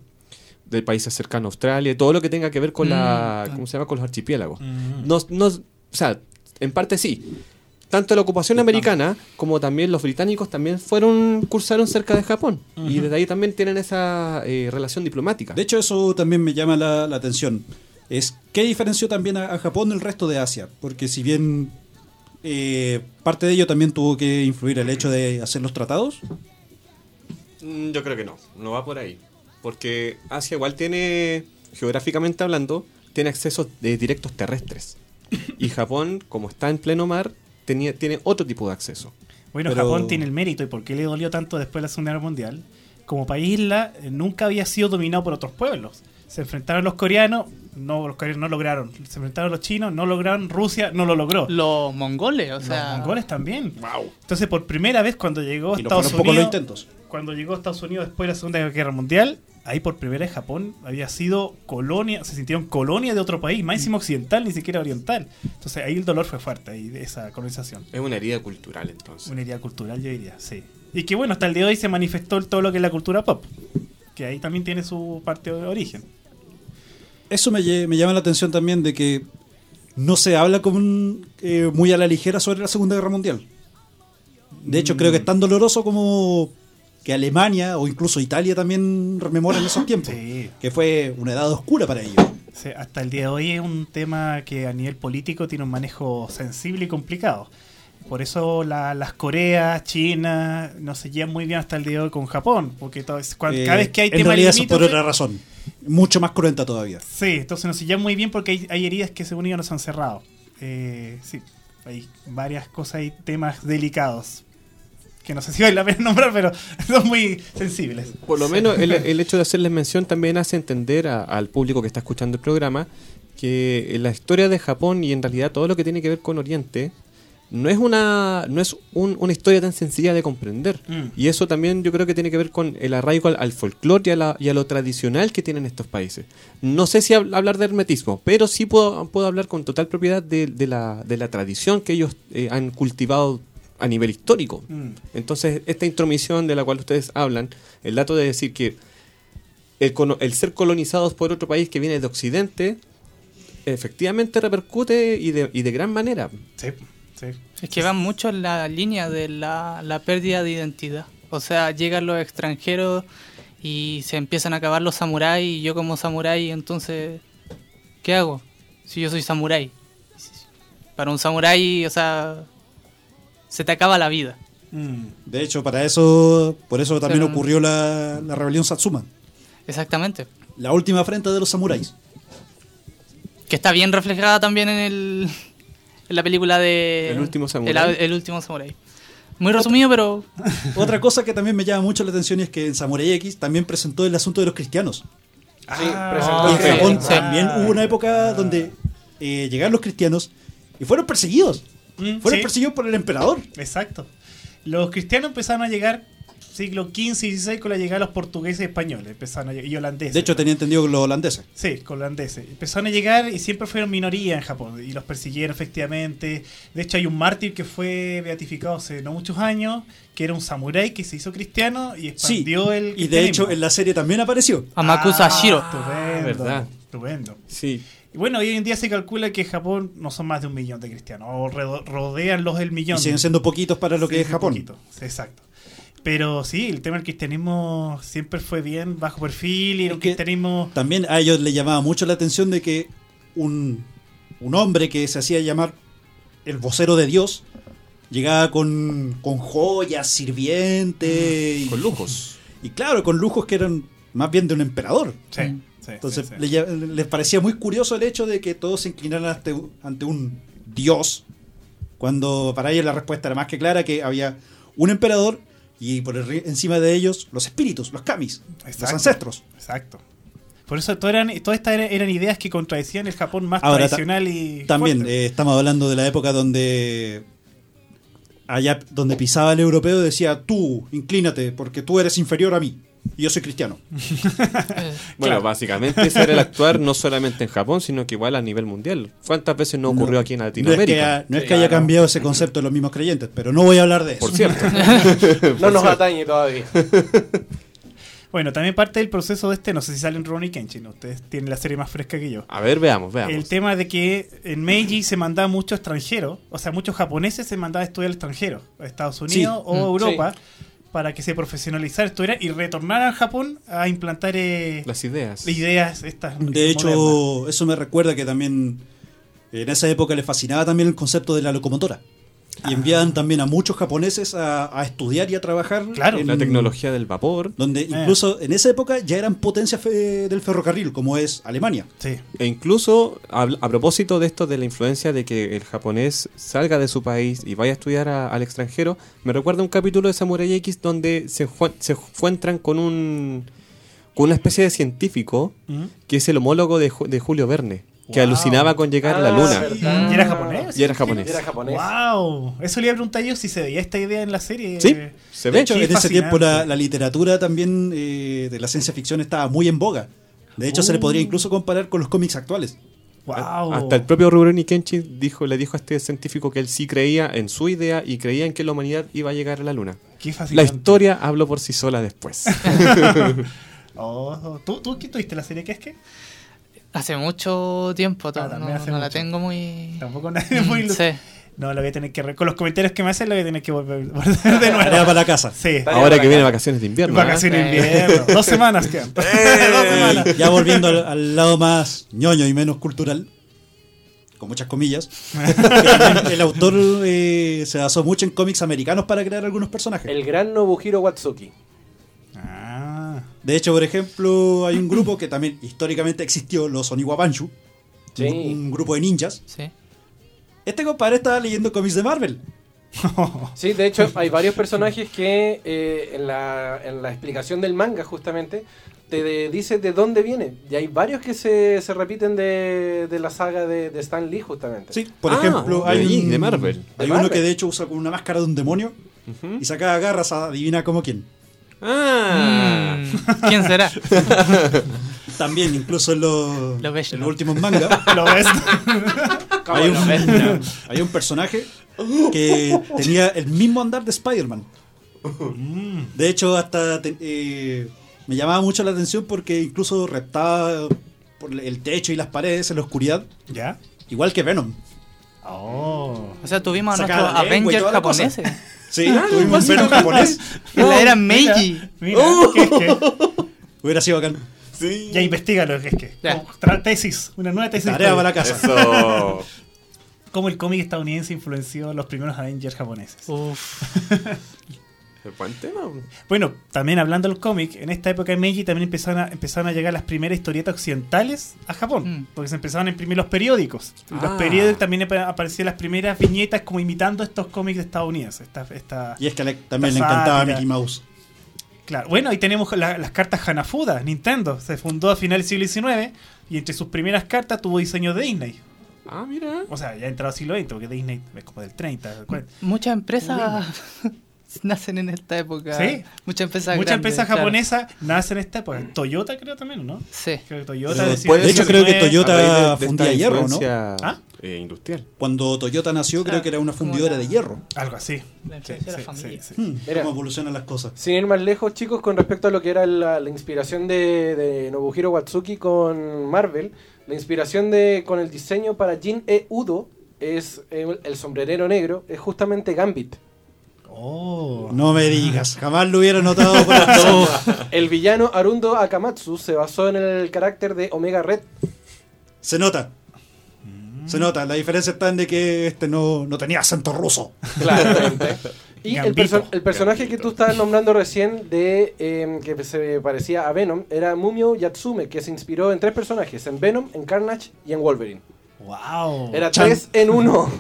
G: De países cercanos a Australia, todo lo que tenga que ver con, la, ¿cómo se llama? con los archipiélagos. No- no- o sea, en parte sí. Tanto la ocupación americana como también los británicos también fueron, cursaron cerca de Japón. Y desde ahí también tienen esa eh, relación diplomática.
F: De hecho, eso también me llama la, la atención. Es qué diferenció también a, a Japón del resto de Asia. Porque si bien eh, parte de ello también tuvo que influir el hecho de hacer los tratados.
G: Mm, Yo creo que no, no va por ahí. Porque Asia igual tiene, geográficamente hablando, tiene accesos de directos terrestres. Y Japón, como está en pleno mar, tenía, tiene otro tipo de acceso.
I: Bueno,
G: Pero-
I: Japón tiene el mérito y por qué le dolió tanto después de la Segunda Guerra Mundial. Como país isla, eh, nunca había sido dominado por otros pueblos. Se enfrentaron los coreanos, no, los coreanos no lograron. Se enfrentaron los chinos, no lograron. Rusia no lo logró.
H: Los mongoles, o sea.
I: Los mongoles también. Entonces, por primera vez cuando llegó a
F: Y no
I: Estados
F: fueron pocos los
I: Unidos.
F: intentos.
I: Cuando llegó a Estados Unidos después de la Segunda Guerra Mundial, ahí por primera vez Japón había sido colonia, se sintieron colonia de otro país, más encima occidental, ni siquiera oriental. Entonces ahí el dolor fue fuerte, ahí, de esa colonización.
G: Es una herida cultural entonces.
I: Una herida cultural, yo diría, sí. Y que bueno, hasta el día de hoy se manifestó todo lo que es la cultura pop, que ahí también tiene su parte de origen.
F: Eso me, lle- me llama la atención también de que no se habla con, eh, muy a la ligera sobre la Segunda Guerra Mundial. De hecho, creo que
I: Mm.
F: es tan doloroso como que Alemania o incluso Italia también rememoran esos tiempos. Que fue una edad oscura para ellos.
I: Sí, hasta el día de hoy es un tema que a nivel político tiene un manejo sensible y complicado. Por eso la- las Coreas, China, no se llevan muy bien hasta el día de hoy con Japón, porque todo es- cuan-
F: Eh,
I: cada vez que hay
F: en
I: temas
F: realidad eso es por
I: limítrofes-
F: otra razón. Mucho más cruenta todavía.
I: Sí, entonces no se llevan muy bien porque hay, hay heridas que según ellos no se han cerrado. Eh, sí, hay varias cosas y temas delicados que no sé si vale la pena nombrar, pero son muy sensibles.
G: Por lo menos el, el hecho de hacerles mención también hace entender a- al público que está escuchando el programa que eh, la historia de Japón y en realidad todo lo que tiene que ver con Oriente no es una no es un- una historia tan sencilla de comprender
L: Mm.
G: y eso también yo creo que tiene que ver con el arraigo al, al folclore y, a la- y a lo tradicional que tienen estos países no sé si hab- hablar de hermetismo pero sí puedo, puedo hablar con total propiedad de, de la, de la tradición que ellos eh, han cultivado a nivel histórico entonces, esta intromisión de la cual ustedes hablan, el dato de decir que el, cono- el ser colonizados por otro país que viene de Occidente, efectivamente repercute y de, y de gran manera.
I: Sí, sí.
H: Es que van mucho en la línea de la, la pérdida de identidad. O sea, llegan los extranjeros y se empiezan a acabar los samuráis y yo como samurái, entonces, ¿qué hago? Si yo soy samurái. Para un samurái, o sea, se te acaba la vida.
F: De hecho, para eso, por eso también
H: Pero-
F: ocurrió la, la rebelión Satsuma.
H: Exactamente.
F: La última afrenta de los samuráis.
H: Que está bien reflejada también en, el, en la película de...
G: El último
F: samurái.
H: El, el último samurái. Muy resumido, pero...
F: Otra cosa que también me llama mucho la atención es que en Samurai X también presentó el asunto de los cristianos.
I: Ah,
D: presentó
F: Y
D: el
F: en Japón
D: cristianismo.
F: también hubo una época donde eh, llegaron los cristianos y fueron perseguidos. fueron
I: Mm, sí.
F: perseguidos por el emperador.
I: Exacto. Los cristianos empezaron a llegar siglo XV y XVI con la llegada de los portugueses y españoles empezaron a llegar, y holandeses.
F: De hecho, tenía entendido que los holandeses.
I: Sí, con holandeses. Empezaron a llegar y siempre fueron minoría en Japón y los persiguieron efectivamente. De hecho, hay un mártir que fue beatificado hace no muchos años, que era un samurái que se hizo cristiano y expandió el.
F: Y de
I: cristianismo.
F: hecho, en la serie también apareció.
I: Amakusa
H: Shiro.
I: Estupendo,
F: ¿verdad?
I: estupendo.
G: Sí.
I: Y bueno, hoy en día se calcula que en Japón no son más de un millón de cristianos, o redo- rodean los del millón.
F: Y siguen siendo poquitos para lo que es Japón.
I: poquito, exacto. Pero sí, el tema del cristianismo siempre fue bien bajo perfil y era un cristianismo
F: También a ellos les llamaba mucho la atención de que un, un hombre que se hacía llamar el vocero de Dios llegaba con, con joyas,
I: Mm,
F: sirviente. con
G: lujos.
F: Y claro, con lujos que eran más bien de un emperador.
I: Sí, sí,
F: Mm. Entonces
I: sí, sí.
F: le lla- Les, parecía muy curioso el hecho de que todos se inclinaran ante, un- ante un Dios, cuando para ellos la respuesta era más que clara que había un emperador y por el ri- encima de ellos los espíritus, los kamis, los
I: Exacto.
F: ancestros.
I: Exacto. Por eso todo eran, todas estas eran, eran ideas que contradecían el Japón más
F: Ahora, ta-
I: tradicional y
F: También
I: fuerte.
F: eh, estamos hablando de la época donde allá donde pisaba el europeo decía tú inclínate porque tú eres inferior a mí. Y yo soy cristiano.
G: Bueno, básicamente ese era el actuar no solamente en Japón, sino que igual a nivel mundial. ¿Cuántas veces no ocurrió aquí en
F: No es que,
G: Latinoamérica?
F: ha- no es que haya cambiado ese concepto de los mismos creyentes, pero no voy a hablar de eso.
G: Por cierto.
D: No nos atañe todavía.
I: Bueno, también parte del proceso de este, no sé si salen Ronnie Kenshin, ustedes tienen la serie más fresca que yo.
G: A ver, veamos, veamos.
I: El tema de que en Meiji se mandaba mucho extranjero, o sea, muchos japoneses se mandaban a estudiar al extranjero, a Estados Unidos o
H: Mm,
I: Europa, para que se profesionalizara, estudiara y retornara a Japón a implantar eh,
G: Las ideas.
I: ideas estas.
F: De hecho,
I: modernas.
F: eso me recuerda que también en esa época le fascinaba también el concepto de la locomotora. Y enviaban también a muchos japoneses a, a estudiar y a trabajar.
I: Claro.
F: en-
G: La tecnología del vapor.
F: Donde incluso en esa época ya eran potencias fe- del ferrocarril, como es Alemania.
I: Sí.
G: E incluso a, a propósito de esto, de la influencia de que el japonés salga de su país y vaya a estudiar a- al extranjero, me recuerda un capítulo de Samurai X donde se, enjue- se encuentran con un con una especie de científico
I: ¿Mm?
G: que es el homólogo de, Ju- de Julio Verne, que
I: Wow.
G: alucinaba con llegar a la
D: Ah,
G: luna.
D: ¿verdad?
I: ¿Y era japonés?
G: Y era japonés.
D: Era japonés.
I: ¡Wow! Eso le iba a preguntar yo si se veía esta idea en la serie.
G: Sí, se
F: De
G: ve.
F: hecho,
I: Qué
F: en ese
I: fascinante.
F: tiempo la, la literatura también eh, de la ciencia ficción estaba muy en boga. De hecho, se le podría incluso comparar con los cómics actuales.
I: ¡Wow!
G: eh, Hasta el propio Rurouni Kenshin dijo, le dijo a este científico que él sí creía en su idea y creía en que la humanidad iba a llegar a la luna.
I: Qué
G: La
I: fascinante.
G: historia habló por sí sola después.
I: Oh, ¿tú, ¿Tú qué tuviste la serie que es que?
H: Hace mucho tiempo,
I: Ah,
H: no,
I: también hace
H: no la
I: mucho.
H: tengo muy...
I: Tampoco nadie muy
H: Mm,
I: ilu-
H: sí.
I: No, la voy a tener que. re- Con los comentarios que me hacen, la voy a tener que volver, volver de nuevo.
F: Tarea para la casa.
I: Sí.
G: Ahora que viene vacaciones de invierno. ¿eh?
I: Vacaciones de
H: Eh.
I: invierno. Dos semanas quedan. Dos semanas.
F: Ya volviendo al, al lado más ñoño y menos cultural, con muchas comillas, el autor eh, se basó mucho en cómics americanos para crear algunos personajes.
D: El gran Nobuhiro Watsuki.
I: Ah.
F: De hecho, por ejemplo, hay un grupo que también históricamente existió, los Oniwabanshu,
D: Sí.
F: un, un grupo de ninjas.
H: Sí.
F: Este compadre estaba leyendo cómics de Marvel.
D: Sí, de hecho, hay varios personajes que eh, en, la, en la explicación del manga, justamente, te de- dice de dónde viene. Y hay varios que se, se repiten de, de la saga de, de Stan Lee, justamente.
F: Sí, por
G: Ah,
F: ejemplo,
G: de
F: hay
G: ahí,
F: un-
G: de Marvel.
F: Hay
D: De
F: uno
D: Marvel.
F: que de hecho usa con una máscara de un demonio
G: Ujú.
F: y saca garras, adivina como quién.
G: Ah.
H: Mm, ¿Quién será?
F: También, incluso en los,
H: Lo ves,
F: en
H: ¿no?
F: los últimos mangas,
I: ¿Lo ves?
F: hay un, hay un personaje que tenía el mismo andar de Spider-Man. De hecho, hasta te- eh, me llamaba mucho la atención porque incluso reptaba por el techo y las paredes en la oscuridad,
I: ¿Ya?
F: igual que Venom.
I: Oh.
H: O sea, tuvimos a
F: Sacaba
H: nuestros
F: la lengua y
H: Avengers
F: toda la cosa.
H: japoneses.
F: Ah, Sí, tuvimos un Venom japonés.
H: En la era Meiji.
I: Oh, Mira, ¿qué es
F: Uh.
I: que?
F: Hubiera sido bacán.
I: Ya investigalo, ¿qué es que?
H: Ya.
I: Otra tesis, una nueva tesis.
F: Tarea para la
I: histórica.
F: casa.
I: Cómo el cómic estadounidense influenció a los primeros Avengers japoneses.
H: Uf.
G: Buen tema.
I: Bueno, también hablando del cómic, en esta época en Meiji también empezaron a, empezaron a llegar las primeras historietas occidentales a Japón,
H: Mm.
I: porque se empezaron a imprimir los periódicos. Y Los
G: Ah.
I: periódicos también apa- aparecían las primeras viñetas como imitando estos cómics estadounidenses. Esta, esta,
F: Y es que a Ale- también le
I: Esta
F: encantaba
I: sátira.
F: Mickey Mouse.
I: Claro, bueno, ahí tenemos la- las cartas Hanafuda, Nintendo. Se fundó a finales del siglo XIX y entre sus primeras cartas tuvo diseño de Disney.
G: Ah, mira.
I: O sea, ya ha entrado al siglo XX, porque Disney es como del 30. cuarenta.
H: Muchas empresas nacen en esta época.
I: Sí.
H: Muchas empresas
I: Muchas
H: grandes,
I: empresas
H: claro.
I: japonesas nacen en esta época. Toyota creo también, ¿no?
H: Sí.
I: Creo que
F: Pero
I: Toyota
F: después- Eh, pues, de hecho, creo que Toyota fundía hierro, ¿no?
I: ¿Ah?
G: eh, industrial.
F: Cuando Toyota nació, creo que era una
H: como
F: fundidora
H: la-
F: de hierro.
I: Algo así.
H: La
I: Sí,
H: influencia de la
I: sí,
H: familia.
I: sí, sí.
F: Hmm,
D: Mira.
F: ¿Cómo evolucionan las cosas?
D: Sin ir más lejos, chicos, con respecto a lo que era la, la inspiración de, de Nobuhiro Watsuki con Marvel, la inspiración de con el diseño para Jin E. Udo es eh, el sombrerero negro, es justamente Gambit.
I: Oh.
F: No me digas, jamás lo hubiera notado por no.
D: El villano Arundo Akamatsu se basó en el carácter de Omega Red.
F: Se nota. Se nota, la diferencia está en de que este no, no tenía acento ruso.
D: Claramente. Y el,
I: Gambito.
D: perso- el personaje que tú estabas nombrando recién de eh, que se parecía a Venom era Mumio Yatsume, que se inspiró en tres personajes, en Venom, en Carnage y en Wolverine.
I: Wow.
D: Era
F: Chan.
D: tres en uno.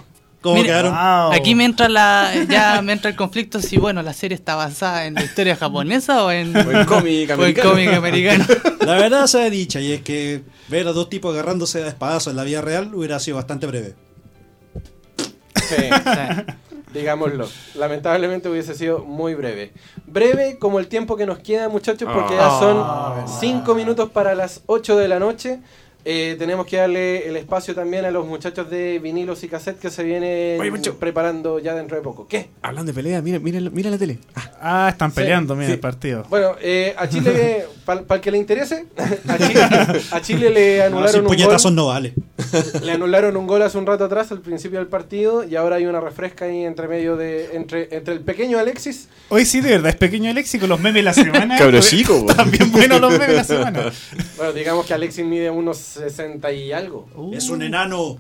F: ¿Cómo
H: Mira, Ah.
F: quedaron?
I: Wow.
H: Aquí me entra la, ya me entra el conflicto si bueno la serie está basada en la historia japonesa o en,
G: O en cómic
H: o en
G: americano.
H: cómic americano.
F: La verdad sea dicha, y es que ver a dos tipos agarrándose a espadazos en la vida real hubiera sido bastante breve.
D: Sí.
H: O sea,
D: digámoslo. Lamentablemente hubiese sido muy breve. Breve como el tiempo que nos queda, muchachos, porque ya son 5 minutos para las 8 de la noche. Eh, tenemos que darle el espacio también a los muchachos de vinilos y cassette que se vienen
G: Oye, Pancho.
D: preparando ya dentro de poco. ¿Qué?
G: Hablando de pelea, mira, mira, mira la tele. Ah,
I: Ah, están
D: Sí,
I: peleando, mira,
D: sí.
I: el partido.
D: Bueno, eh, a Chile, para el que le interese, a Chile, a Chile le
F: Sin
D: anularon un gol.
F: puñetazos no vale.
D: Le anularon un gol hace un rato atrás al principio del partido y ahora hay una refresca ahí entre medio de entre entre el pequeño Alexis.
I: Hoy sí, de verdad, es pequeño el léxico, los memes de la semana.
G: Cabro chico, po.
I: También buenos los memes de la semana.
D: Bueno, digamos que Alexis mide unos 60 y algo.
F: Es
I: Uh.
F: un enano.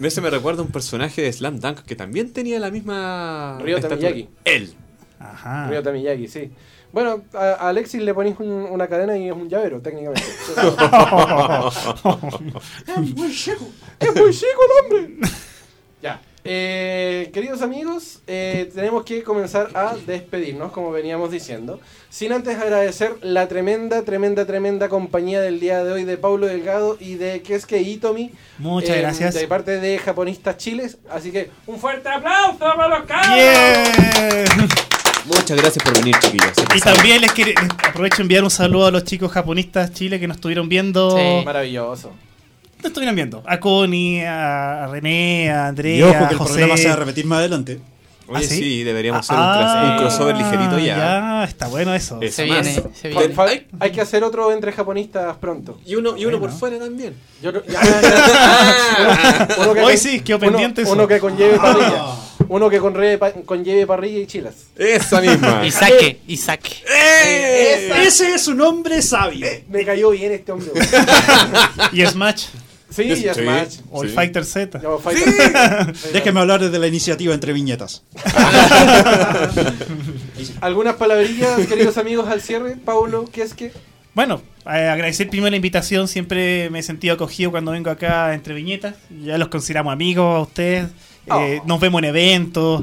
G: Me- Ese me recuerda a un personaje de Slam Dunk que también tenía la misma.
D: Ryota
G: estatura.
D: Miyagi.
G: Él.
I: Ajá.
D: Ryota Miyagi, sí. Bueno, a a Alexis le ponéis un- una cadena y es un llavero, técnicamente. es muy chico, es muy chico el hombre. Ya. Eh, queridos amigos, eh, tenemos que comenzar a despedirnos, como veníamos diciendo. Sin antes agradecer la tremenda, tremenda, tremenda compañía del día de hoy de Paulo Delgado y de Keske Itomi.
I: Muchas
D: eh,
I: gracias.
D: De parte de Japonistas Chiles. Así que un fuerte aplauso para los cabros.
I: Yeah.
G: Muchas gracias por venir, chiquillos. Se
I: Y
G: pasaron.
I: también les, quiero- les aprovecho de enviar un saludo a los chicos japonistas Chile que nos estuvieron viendo.
H: Sí.
D: Maravilloso.
I: No estuvieron viendo. A Connie, a a René, a Andrea.
F: Y ojo que el
I: a José.
F: programa se va a repetir más adelante.
G: Oye,
I: ¿Ah, sí?
G: sí? deberíamos hacer un,
I: Ah,
G: tras- un crossover ligerito ya.
I: Ya, está bueno eso.
G: Es
H: Se
G: más,
H: viene, se
D: Fal-
H: viene.
D: fal- hay que hacer otro entre japonistas pronto.
G: Y uno, y uno por
I: Bueno.
G: fuera también.
D: Yo creo- ya, ya, ya. Uno- uno que
I: Hoy
D: con-
I: sí, quedó
D: uno-
I: pendiente eso. Ah.
D: Uno que conlleve parrilla. Uno que conlleve, pa- conlleve parrilla y chilas.
G: Esa misma. ¡Eh!
H: Y saque, y saque.
F: Ese es un hombre sabio.
D: Me cayó bien este hombre.
I: Y Smash.
D: Sí,
G: Sí.
D: y Smash.
I: O el
G: Sí.
I: Fighter Z.
D: Yo, Fighter. Sí.
F: Déjenme hablar desde la iniciativa entre viñetas.
D: Algunas palabrillas, queridos amigos, al cierre. Paulo, ¿qué es que?
I: Bueno, eh, agradecer primero la invitación. Siempre me he sentido acogido cuando vengo acá entre viñetas. Ya los consideramos amigos a ustedes. Eh, Nos vemos en eventos.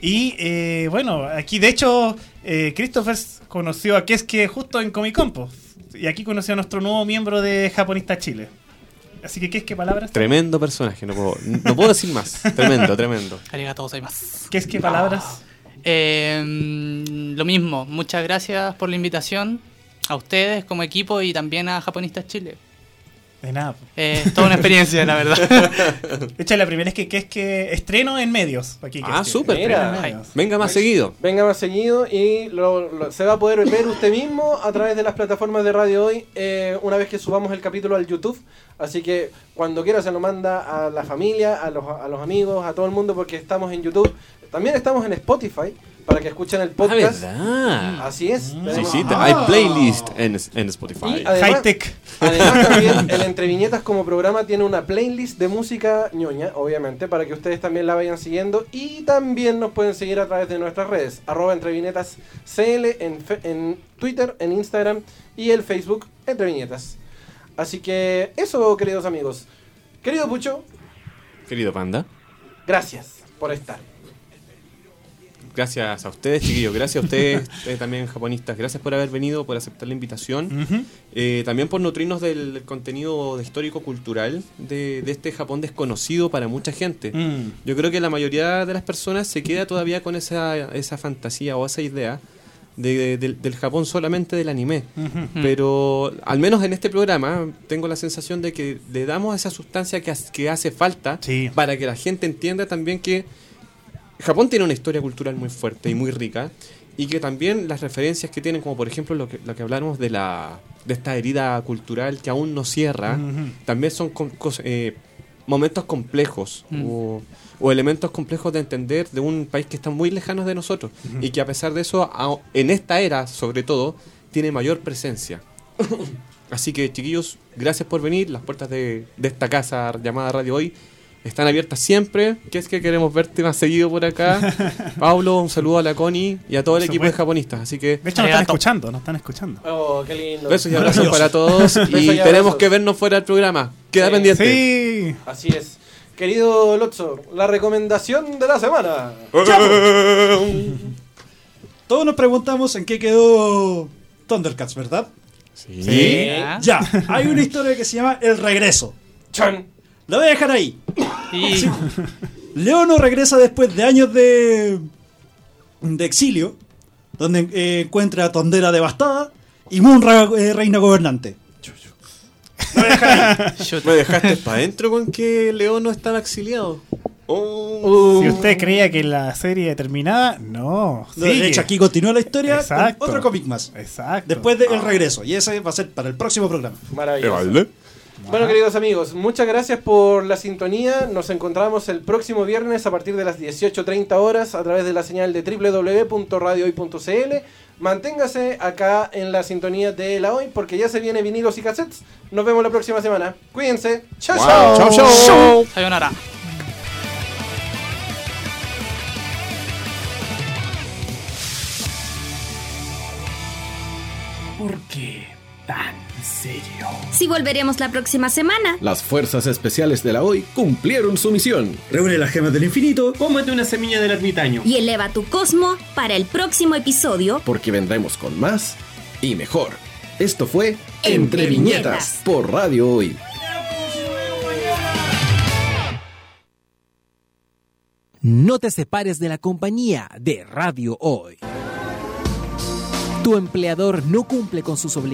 I: Y eh, bueno, aquí de hecho, eh, Christopher conoció a Keske justo en Comic Compo. Y aquí conoció a nuestro nuevo miembro de Japonista Chile. Así que, Keske, palabras?
G: Tremendo personaje, no puedo, no puedo decir más. Tremendo, tremendo.
H: Arigatou gozaimasu.
I: Keske, palabras?
H: Eh, mm, lo mismo, muchas gracias por la invitación a ustedes como equipo y también a Japonistas Chile.
I: De nada.
H: Eh, es toda una experiencia, la verdad.
I: De hecho, la primera es que Keske estreno en medios. Aquí,
G: Ah,
I: Keske.
G: súper.
I: Estreno en
D: Mira.
I: medios.
G: Venga más seguido.
D: Venga más seguido y lo- lo- se va a poder ver usted mismo a través de las plataformas de radio hoy eh, una vez que subamos el capítulo al YouTube. Así que cuando quiera se lo manda a la familia, a los, a los amigos, a todo el mundo porque estamos en YouTube. También estamos en Spotify para que escuchen el
G: Ah,
D: podcast.
I: Ah.
G: verdad. Mm.
D: Así es.
G: Sí,
D: tenemos-
G: sí, te- hay playlist en, en Spotify.
D: Y además-
I: High tech.
D: Además también el Entre Viñetas como programa tiene una playlist de música ñoña, obviamente, para que ustedes también la vayan siguiendo y también nos pueden seguir a través de nuestras redes, arroba Entre Viñetas CL en, fe- en Twitter, en Instagram y el Facebook Entre Viñetas. Así que eso, queridos amigos. Querido Pucho,
G: Querido Panda.
D: gracias por estar.
G: Gracias a ustedes, chiquillos. Gracias a ustedes, eh, también japonistas. Gracias por haber venido, por aceptar la invitación.
I: Ujú.
G: Eh, también por nutrirnos del contenido histórico-cultural de, de este Japón desconocido para mucha gente.
I: Mm.
G: Yo creo que la mayoría de las personas se queda todavía con esa, esa fantasía o esa idea de- de- del- del Japón solamente del anime.
I: Mm.
G: Pero al menos en este programa tengo la sensación de que le damos esa sustancia que, has- que hace falta
I: Sí.
G: para que la gente entienda también que Japón tiene una historia cultural muy fuerte y muy rica y que también las referencias que tienen, como por ejemplo lo que, lo que hablamos de, la, de esta herida cultural que aún no cierra, también son con- cos- eh, momentos complejos o, o elementos complejos de entender de un país que está muy lejano de nosotros y que a pesar de eso, a- en esta era sobre todo, tiene mayor presencia. Así que chiquillos, gracias por venir. Las puertas de, de esta casa llamada Radio Hoy están abiertas siempre. Que es que queremos verte más seguido por acá. Pablo, un saludo a la Connie y a todo el
I: Por
G: equipo de
I: supuesto.
G: japonistas. Así que
I: De hecho, nos están
H: Arigato.
I: escuchando, nos están escuchando.
D: Oh, qué lindo.
G: besos y abrazos para todos.
D: y
G: Y tenemos
D: abrazos.
G: que vernos fuera del programa. Queda
D: Sí.
G: pendiente.
I: Sí.
D: Así es. Querido Lotso, la recomendación de la semana.
F: Todos nos preguntamos en qué quedó Thundercats, ¿verdad?
G: Sí.
H: Ya.
F: Ya, hay una historia que se llama El Regreso.
D: Chan.
F: La voy a dejar ahí.
H: Y
F: Leono regresa después de años de, de exilio, donde eh, encuentra a Tondera devastada y Moon ra- eh, reina gobernante.
G: Me dejaste para adentro con que León no estaba exiliado. Oh.
F: Uh.
I: Si usted creía que la serie terminada, no.
F: No, de hecho, aquí continúa la historia con
I: Exacto.
F: otro cómic más.
I: Exacto.
F: Después del regreso. Y ese va a ser para el próximo programa.
D: Maravilloso. Bueno, queridos amigos, muchas gracias por la sintonía. Nos encontramos el próximo viernes a partir de las 18.30 horas a través de la señal de www.radiohoy.cl. Manténgase acá en la sintonía de la hoy porque ya se viene vinilos y cassettes. Nos vemos la próxima semana. Cuídense. Chao,
H: Wow.
D: chao.
H: Chao, chao. Sayonara.
L: ¿Por qué tan serio?
C: Si volveremos la próxima semana.
E: Las fuerzas especiales de la hoy cumplieron su misión.
F: Reúne las gemas del infinito.
L: Cómete una semilla del ermitaño.
C: Y eleva tu cosmo para el próximo episodio.
E: Porque vendremos con más y mejor. Esto fue
C: Entre
E: Entre Viñetas
C: Viñetas.
E: por Radio Hoy.
A: No te separes de la compañía de Radio Hoy. Tu empleador no cumple con sus obligaciones.